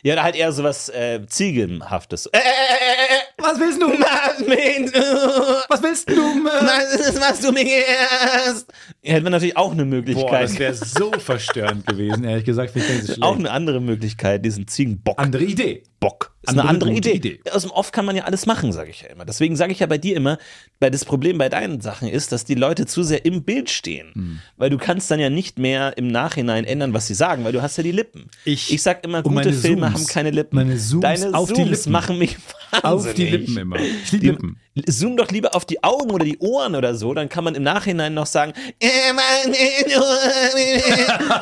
[SPEAKER 8] Ja, da halt eher sowas äh, Ziegenhaftes. Äh, äh, äh,
[SPEAKER 5] was willst du?
[SPEAKER 8] äh, äh, äh.
[SPEAKER 5] Was willst du?
[SPEAKER 8] Nein, das machst du mir erst. Hätte man natürlich auch eine
[SPEAKER 5] Boah,
[SPEAKER 8] Möglichkeit.
[SPEAKER 5] das wäre so verstörend gewesen, ehrlich gesagt. Finde ich ganz schlecht.
[SPEAKER 8] auch eine andere Möglichkeit, diesen Ziegenbock.
[SPEAKER 5] andere Idee.
[SPEAKER 8] Bock. Ist
[SPEAKER 5] Andere
[SPEAKER 8] eine andere
[SPEAKER 5] gute
[SPEAKER 8] Idee.
[SPEAKER 5] Idee.
[SPEAKER 8] Aus dem Off kann man ja alles machen, sage ich ja immer. Deswegen sage ich ja bei dir immer, weil das Problem bei deinen Sachen ist, dass die Leute zu sehr im Bild stehen.
[SPEAKER 5] Hm.
[SPEAKER 8] Weil du kannst dann ja nicht mehr im Nachhinein ändern, was sie sagen, weil du hast ja die Lippen.
[SPEAKER 5] Ich-
[SPEAKER 8] ich sag immer,
[SPEAKER 5] und
[SPEAKER 8] gute
[SPEAKER 5] meine
[SPEAKER 8] Filme
[SPEAKER 5] Zooms.
[SPEAKER 8] haben keine Lippen.
[SPEAKER 5] Meine Zooms
[SPEAKER 8] Deine
[SPEAKER 5] auf die
[SPEAKER 8] Zooms
[SPEAKER 5] Lippen.
[SPEAKER 8] machen mich wahnsinnig.
[SPEAKER 5] Auf die Lippen immer. Ich liebe
[SPEAKER 8] Die-
[SPEAKER 5] Lippen.
[SPEAKER 8] Zoom doch lieber auf die Augen oder die Ohren oder so, dann kann man im Nachhinein noch sagen, "Äh, Mann, äh, äh."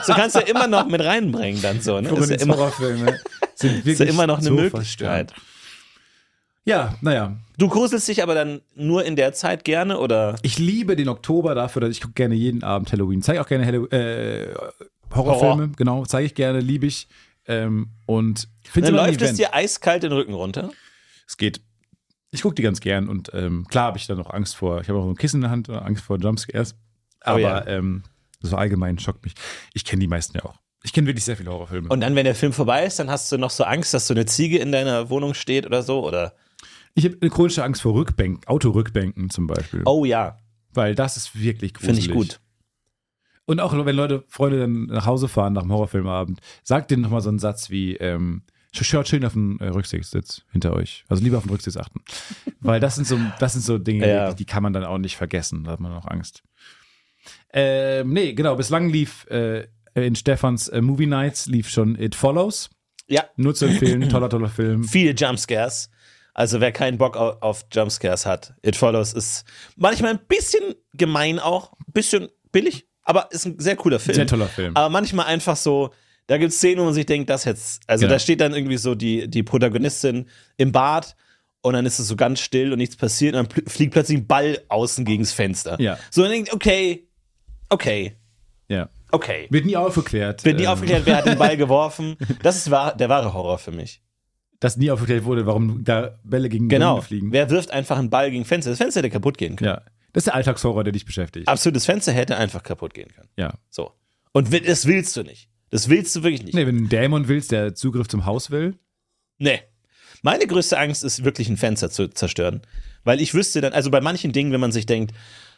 [SPEAKER 8] so kannst du ja immer noch mit reinbringen dann so. Ne? Ist ja immer,
[SPEAKER 5] Horrorfilme sind wirklich
[SPEAKER 8] ist ja immer noch eine
[SPEAKER 5] so
[SPEAKER 8] Möglichkeit.
[SPEAKER 5] verstörend. Ja, naja.
[SPEAKER 8] Du gruselst dich aber dann nur in der Zeit gerne oder
[SPEAKER 5] Ich liebe den Oktober dafür, dass ich gucke gerne jeden Abend Halloween. Zeige auch gerne Hallow äh, Horrorfilme, genau. Zeige ich gerne, liebe ich. Ähm, und finde
[SPEAKER 8] dann
[SPEAKER 5] immer ein
[SPEAKER 8] läuft es
[SPEAKER 5] Event.
[SPEAKER 8] dir eiskalt den Rücken runter.
[SPEAKER 5] Es geht. Ich gucke die ganz gern und ähm, klar habe ich da noch Angst vor. Ich habe auch so ein Kissen in der Hand, Angst vor Jumpscares. Aber
[SPEAKER 8] Oh ja.
[SPEAKER 5] ähm, so allgemein schockt mich. Ich kenne die meisten ja auch. Ich kenne wirklich sehr viele Horrorfilme.
[SPEAKER 8] Und dann, wenn der Film vorbei ist, dann hast du noch so Angst, dass so eine Ziege in deiner Wohnung steht oder so oder
[SPEAKER 5] Ich habe eine chronische Angst vor Rückbänken, Autorückbänken zum Beispiel.
[SPEAKER 8] oh ja,
[SPEAKER 5] Weil das ist wirklich gruselig.
[SPEAKER 8] finde ich gut.
[SPEAKER 5] Und auch wenn Leute, Freunde dann nach Hause fahren nach dem Horrorfilmabend, sagt denen nochmal so einen Satz wie, ähm, sch- schaut schön auf den äh, Rücksitz hinter euch. Also lieber auf den Rücksitz achten. Weil das sind so, das sind so Dinge,
[SPEAKER 8] Ja.
[SPEAKER 5] die, die kann man dann auch nicht vergessen. Da hat man auch Angst. Ähm, nee, genau. Bislang lief äh, in Stefans äh, Movie Nights lief schon It Follows.
[SPEAKER 8] Ja,
[SPEAKER 5] Nur zu empfehlen. toller, toller Film.
[SPEAKER 8] viele Jumpscares. Also wer keinen Bock au- auf Jumpscares hat, It Follows ist manchmal ein bisschen gemein auch, ein bisschen billig, aber ist ein sehr cooler Film.
[SPEAKER 5] Sehr toller Film.
[SPEAKER 8] Aber manchmal einfach so, da gibt es Szenen, wo man sich denkt, das jetzt, also
[SPEAKER 5] Genau.
[SPEAKER 8] da steht dann irgendwie so die, die Protagonistin im Bad und dann ist es so ganz still und nichts passiert und dann pl fliegt plötzlich ein Ball außen gegens Fenster.
[SPEAKER 5] Ja.
[SPEAKER 8] So und denkt, okay, okay,
[SPEAKER 5] Ja.
[SPEAKER 8] okay.
[SPEAKER 5] Wird nie aufgeklärt.
[SPEAKER 8] Bin nie
[SPEAKER 5] ähm,
[SPEAKER 8] aufgeklärt, wer hat den Ball geworfen. Das ist wahr, der wahre Horror für mich.
[SPEAKER 5] Dass nie aufgeklärt wurde, warum da Bälle gegen die
[SPEAKER 8] Genau.
[SPEAKER 5] Wände fliegen.
[SPEAKER 8] Wer wirft einfach einen Ball gegen Fenster? Das Fenster hätte kaputt gehen können.
[SPEAKER 5] Ja. Das ist der Alltagshorror, der dich beschäftigt.
[SPEAKER 8] Absolut, das Fenster hätte einfach kaputt gehen können.
[SPEAKER 5] ja.
[SPEAKER 8] So. Und wi- das willst du nicht. Das willst du wirklich nicht.
[SPEAKER 5] Nee, wenn du einen Dämon willst, der Zugriff zum Haus will.
[SPEAKER 8] Nee. Meine größte Angst ist wirklich ein Fenster zu zerstören. Weil ich wüsste dann, also bei manchen Dingen, wenn man sich denkt,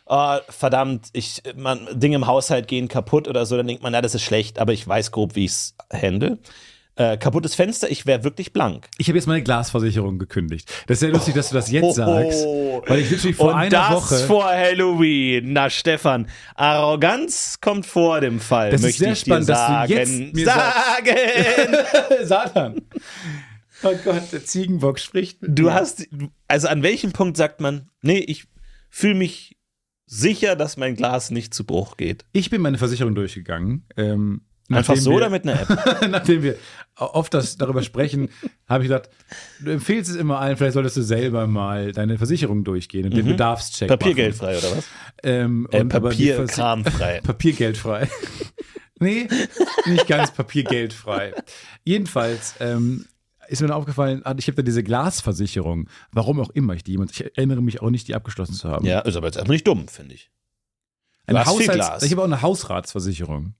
[SPEAKER 8] oh, verdammt, ich, man, Dinge im Haushalt gehen kaputt oder so, dann denkt man, na, das ist schlecht, aber ich weiß grob, wie ich es handle. Äh, kaputtes Fenster, ich wäre wirklich blank.
[SPEAKER 5] Ich habe jetzt meine Glasversicherung gekündigt. Das ist sehr lustig, dass du das jetzt sagst. Weil ich literally vor
[SPEAKER 8] Oh, Und
[SPEAKER 5] einer
[SPEAKER 8] das
[SPEAKER 5] Woche.
[SPEAKER 8] vor Halloween. Na, Stefan, Arroganz kommt vor dem Fall,
[SPEAKER 5] Das ist
[SPEAKER 8] möchte
[SPEAKER 5] sehr
[SPEAKER 8] ich
[SPEAKER 5] spannend,
[SPEAKER 8] dir
[SPEAKER 5] dass du
[SPEAKER 8] sagen.
[SPEAKER 5] jetzt mir
[SPEAKER 8] sagen!
[SPEAKER 5] Satan. Oh Gott, der Ziegenbock spricht.
[SPEAKER 8] du hast, also an welchem Punkt sagt man, nee, ich, fühle mich sicher, dass mein Glas nicht zu Bruch geht.
[SPEAKER 5] Ich bin meine Versicherung durchgegangen. Ähm,
[SPEAKER 8] Einfach
[SPEAKER 5] nachdem
[SPEAKER 8] so
[SPEAKER 5] wir-
[SPEAKER 8] oder mit einer App?
[SPEAKER 5] nachdem wir oft das darüber sprechen, habe ich gedacht, du empfehlst es immer allen, vielleicht solltest du selber mal deine Versicherung durchgehen und den Bedarfscheck machen.
[SPEAKER 8] Papiergeldfrei oder was?
[SPEAKER 5] Ähm,
[SPEAKER 8] Mhm. Äh,
[SPEAKER 5] und aber die Vers-
[SPEAKER 8] Papierkramfrei.
[SPEAKER 5] Papiergeldfrei. nee, nicht ganz papiergeldfrei. Jedenfalls ähm, ist mir dann aufgefallen, ah, ich habe da diese Glasversicherung. Warum auch immer ich die jemand, ich erinnere mich auch nicht, die abgeschlossen zu haben.
[SPEAKER 8] ja, ist aber jetzt erstmal nicht dumm, finde ich.
[SPEAKER 5] Eine
[SPEAKER 8] hast viel
[SPEAKER 5] Haushalts-
[SPEAKER 8] Glas.
[SPEAKER 5] Ich habe auch eine Hausratsversicherung.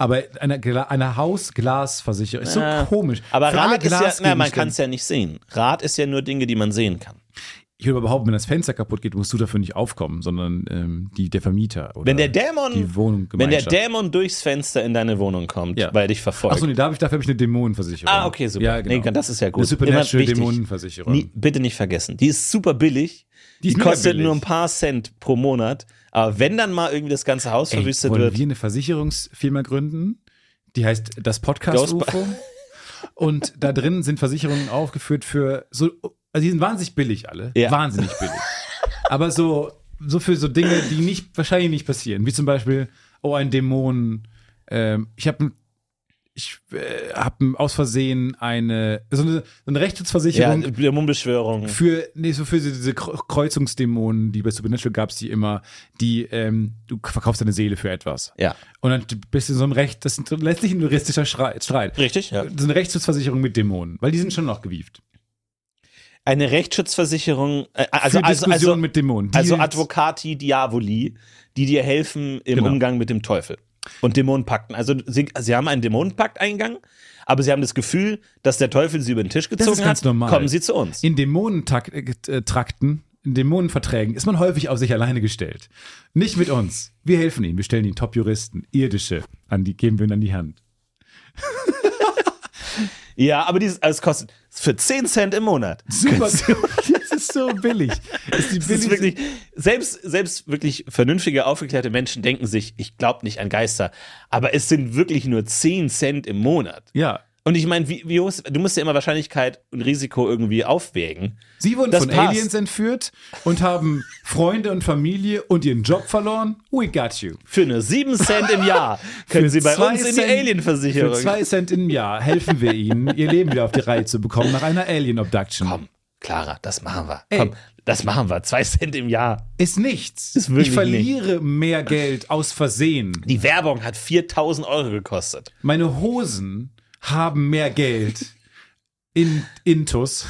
[SPEAKER 5] Aber eine, Gla- eine Hausglasversicherung ist so
[SPEAKER 8] Ja.
[SPEAKER 5] komisch.
[SPEAKER 8] Aber
[SPEAKER 5] Für alle
[SPEAKER 8] Rad ist ja, na, man
[SPEAKER 5] Glasgegenstände-
[SPEAKER 8] kann es ja nicht sehen. Rad ist ja nur Dinge, die man sehen kann.
[SPEAKER 5] Ich würde überhaupt, wenn das Fenster kaputt geht, musst du dafür nicht aufkommen, sondern ähm, die, der Vermieter oder
[SPEAKER 8] Wenn der Dämon,
[SPEAKER 5] Äh, die Wohnung
[SPEAKER 8] wenn der Dämon durchs Fenster in deine Wohnung kommt,
[SPEAKER 5] Ja.
[SPEAKER 8] weil dich verfolgt.
[SPEAKER 5] Achso, nee, da hab ich, dafür habe ich eine Dämonenversicherung.
[SPEAKER 8] Ah, okay, super.
[SPEAKER 5] Ja, genau.
[SPEAKER 8] Nee, das ist ja gut.
[SPEAKER 5] Eine
[SPEAKER 8] Immer
[SPEAKER 5] Supernatural
[SPEAKER 8] wichtig.
[SPEAKER 5] Dämonenversicherung.
[SPEAKER 8] Nie, bitte nicht vergessen. Die ist super billig.
[SPEAKER 5] Die
[SPEAKER 8] Die,
[SPEAKER 5] ist mega
[SPEAKER 8] kostet
[SPEAKER 5] billig.
[SPEAKER 8] nur ein paar Cent pro Monat. Aber wenn dann mal irgendwie das ganze Haus
[SPEAKER 5] Ey,
[SPEAKER 8] verwüstet
[SPEAKER 5] wollen
[SPEAKER 8] wird,
[SPEAKER 5] wir eine Versicherungsfirma gründen? Die heißt das Podcast UFO. Und da drin sind Versicherungen aufgeführt für so, also die sind wahnsinnig billig alle.
[SPEAKER 8] Ja.
[SPEAKER 5] Wahnsinnig billig. Aber so, so für so Dinge, die nicht, wahrscheinlich nicht passieren. Wie zum Beispiel, oh, ein Dämon. Ähm, ich habe ich äh, habe aus Versehen eine, so eine, so eine
[SPEAKER 8] ja,
[SPEAKER 5] Rechtsschutzversicherung
[SPEAKER 8] Dämonenbeschwörung.
[SPEAKER 5] für, nee, so für diese Kr- Kreuzungsdämonen, die bei Supernatural gab es die immer, die, ähm, du verkaufst deine Seele für etwas.
[SPEAKER 8] Ja.
[SPEAKER 5] Und dann bist du in so einem Recht, das ist letztlich ein juristischer Schrei- Streit.
[SPEAKER 8] Richtig, ja.
[SPEAKER 5] Das ist eine Rechtsschutzversicherung mit Dämonen, weil die sind schon noch gewieft.
[SPEAKER 8] Eine Rechtsschutzversicherung, äh, also,
[SPEAKER 5] für
[SPEAKER 8] also,
[SPEAKER 5] Diskussionen
[SPEAKER 8] also,
[SPEAKER 5] mit Dämonen. Die
[SPEAKER 8] also
[SPEAKER 5] jetzt-
[SPEAKER 8] Advocati Diavoli, die dir helfen im
[SPEAKER 5] Genau.
[SPEAKER 8] Umgang mit dem Teufel und Dämonenpakten. Also sie, sie haben einen Dämonenpakt eingegangen, aber sie haben das Gefühl, dass der Teufel sie über den Tisch gezogen
[SPEAKER 5] ist ganz
[SPEAKER 8] hat.
[SPEAKER 5] normal.
[SPEAKER 8] Kommen sie zu uns.
[SPEAKER 5] In Dämonentrakten, in Dämonenverträgen ist man häufig auf sich alleine gestellt. Nicht mit uns. Wir helfen ihnen. Wir stellen ihnen Top-Juristen, irdische, an die geben wir ihnen an die Hand.
[SPEAKER 8] ja, aber dieses, also es kostet für 10 Cent im Monat.
[SPEAKER 5] Super. das ist so billig. Das ist die
[SPEAKER 8] Das ist
[SPEAKER 5] billigste-
[SPEAKER 8] wirklich, selbst, selbst wirklich vernünftige, aufgeklärte Menschen denken sich, ich glaube nicht an Geister, aber es sind wirklich nur 10 Cent im Monat.
[SPEAKER 5] Ja.
[SPEAKER 8] Und ich meine, wie, wie hoch ist- du musst ja immer Wahrscheinlichkeit und Risiko irgendwie aufwägen.
[SPEAKER 5] Sie wurden
[SPEAKER 8] Das
[SPEAKER 5] von
[SPEAKER 8] passt.
[SPEAKER 5] Aliens entführt und haben Freunde und Familie und ihren Job verloren. We got you.
[SPEAKER 8] Für nur 7 Cent im Jahr können
[SPEAKER 5] Für
[SPEAKER 8] sie bei
[SPEAKER 5] zwei
[SPEAKER 8] uns in die
[SPEAKER 5] Cent-
[SPEAKER 8] Alien-Versicherung.
[SPEAKER 5] Für zwei Cent im Jahr helfen wir ihnen, ihr Leben wieder auf die Reihe zu bekommen nach einer Alien-Obduction.
[SPEAKER 8] Komm, Clara, das machen wir.
[SPEAKER 5] Ey.
[SPEAKER 8] Komm, das machen wir. Zwei Cent im Jahr.
[SPEAKER 5] Ist nichts.
[SPEAKER 8] Ist wirklich
[SPEAKER 5] ich verliere mehr Geld aus Versehen.
[SPEAKER 8] Die Werbung hat 4000 Euro gekostet.
[SPEAKER 5] Meine Hosen haben mehr Geld in Intus,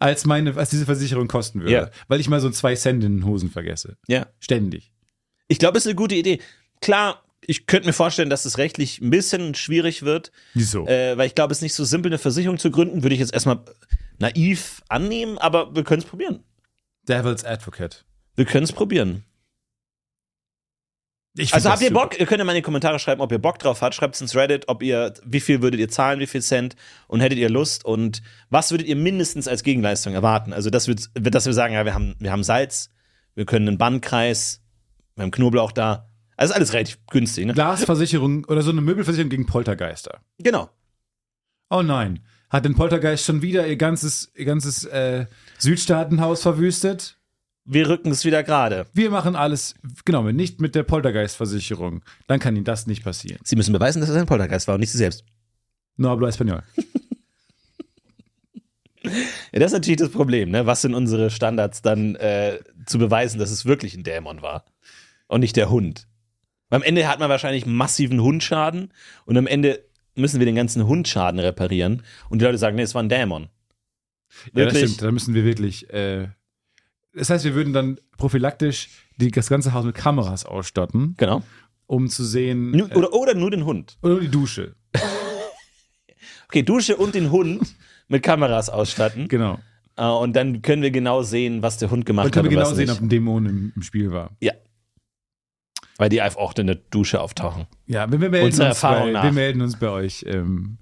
[SPEAKER 5] als meine, was diese Versicherung kosten würde.
[SPEAKER 8] Ja.
[SPEAKER 5] Weil ich mal so zwei Cent in den Hosen vergesse.
[SPEAKER 8] Ja.
[SPEAKER 5] Ständig.
[SPEAKER 8] Ich glaube, es ist eine gute Idee. Klar, ich könnte mir vorstellen, dass es rechtlich ein bisschen schwierig wird.
[SPEAKER 5] Wieso?
[SPEAKER 8] Äh, weil ich glaube, es ist nicht so simpel, eine Versicherung zu gründen. Würde ich jetzt erstmal naiv annehmen, aber wir können es probieren.
[SPEAKER 5] Devil's Advocate.
[SPEAKER 8] Wir können es probieren.
[SPEAKER 5] Ich
[SPEAKER 8] Also
[SPEAKER 5] find
[SPEAKER 8] habt
[SPEAKER 5] das
[SPEAKER 8] ihr
[SPEAKER 5] super.
[SPEAKER 8] Bock? Ihr könnt ja mal in die Kommentare schreiben, ob ihr Bock drauf habt. Schreibt es ins Reddit, ob ihr, wie viel würdet ihr zahlen, wie viel Cent und hättet ihr Lust und was würdet ihr mindestens als Gegenleistung erwarten? Also, dass wir, dass wir sagen, ja, wir haben, wir haben Salz, wir können einen Bandkreis, wir haben Knoblauch da. Also ist alles relativ günstig, ne?
[SPEAKER 5] Glasversicherung oder so eine Möbelversicherung gegen Poltergeister.
[SPEAKER 8] Genau.
[SPEAKER 5] Oh nein. Hat den Poltergeist schon wieder ihr ganzes, ihr ganzes äh, Südstaatenhaus verwüstet?
[SPEAKER 8] Wir rücken es wieder gerade.
[SPEAKER 5] Wir machen alles, genau, nicht mit der Poltergeistversicherung. Dann kann Ihnen das nicht passieren.
[SPEAKER 8] Sie müssen beweisen, dass es ein Poltergeist war und nicht sie selbst.
[SPEAKER 5] No hablo español.
[SPEAKER 8] Ja, das ist natürlich das Problem, ne? Was sind unsere Standards dann äh, zu beweisen, dass es wirklich ein Dämon war und nicht der Hund? Am Ende hat man wahrscheinlich massiven Hundschaden und am Ende müssen wir den ganzen Hundschaden reparieren und die Leute sagen, nee, es war ein Dämon.
[SPEAKER 5] Ja, das
[SPEAKER 8] Wirklich?
[SPEAKER 5] stimmt. Da müssen wir wirklich. Äh, das heißt, wir würden dann prophylaktisch die, das ganze Haus mit Kameras ausstatten,
[SPEAKER 8] Genau.
[SPEAKER 5] um zu sehen.
[SPEAKER 8] Nu- Oder, oder nur den Hund.
[SPEAKER 5] Oder nur die Dusche.
[SPEAKER 8] Okay, Dusche und den Hund mit Kameras ausstatten
[SPEAKER 5] Genau.
[SPEAKER 8] äh, und dann können wir genau sehen, was der Hund gemacht
[SPEAKER 5] Dann können wir
[SPEAKER 8] hat
[SPEAKER 5] genau
[SPEAKER 8] und was
[SPEAKER 5] sehen, ob
[SPEAKER 8] nicht.
[SPEAKER 5] ein Dämon im, im Spiel war.
[SPEAKER 8] Weil die einfach auch in der Dusche auftauchen.
[SPEAKER 5] Ja, wir, wir, melden, uns
[SPEAKER 8] Unserer Erfahrung
[SPEAKER 5] bei,
[SPEAKER 8] nach.
[SPEAKER 5] wir melden uns bei euch. Ähm,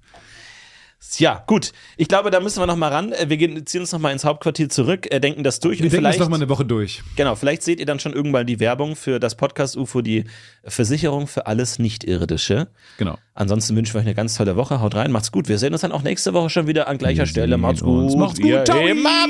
[SPEAKER 8] Ja, gut. Ich glaube, da müssen wir noch mal ran. Äh, Wir gehen, ziehen uns noch mal ins Hauptquartier zurück, äh, denken das durch
[SPEAKER 5] wir
[SPEAKER 8] und
[SPEAKER 5] denken uns
[SPEAKER 8] vielleicht
[SPEAKER 5] noch mal eine Woche durch.
[SPEAKER 8] Genau, vielleicht seht ihr dann schon irgendwann die Werbung für das Podcast UFO, die Versicherung für alles Nicht-Irdische.
[SPEAKER 5] Genau.
[SPEAKER 8] Ansonsten wünschen wir euch eine ganz tolle Woche. Haut rein, macht's gut. Wir sehen uns dann auch nächste Woche schon wieder an gleicher Stelle. Macht's
[SPEAKER 5] sehen
[SPEAKER 8] gut.
[SPEAKER 5] uns. Macht's gut.
[SPEAKER 8] Wir
[SPEAKER 5] Ciao.
[SPEAKER 8] heben ab.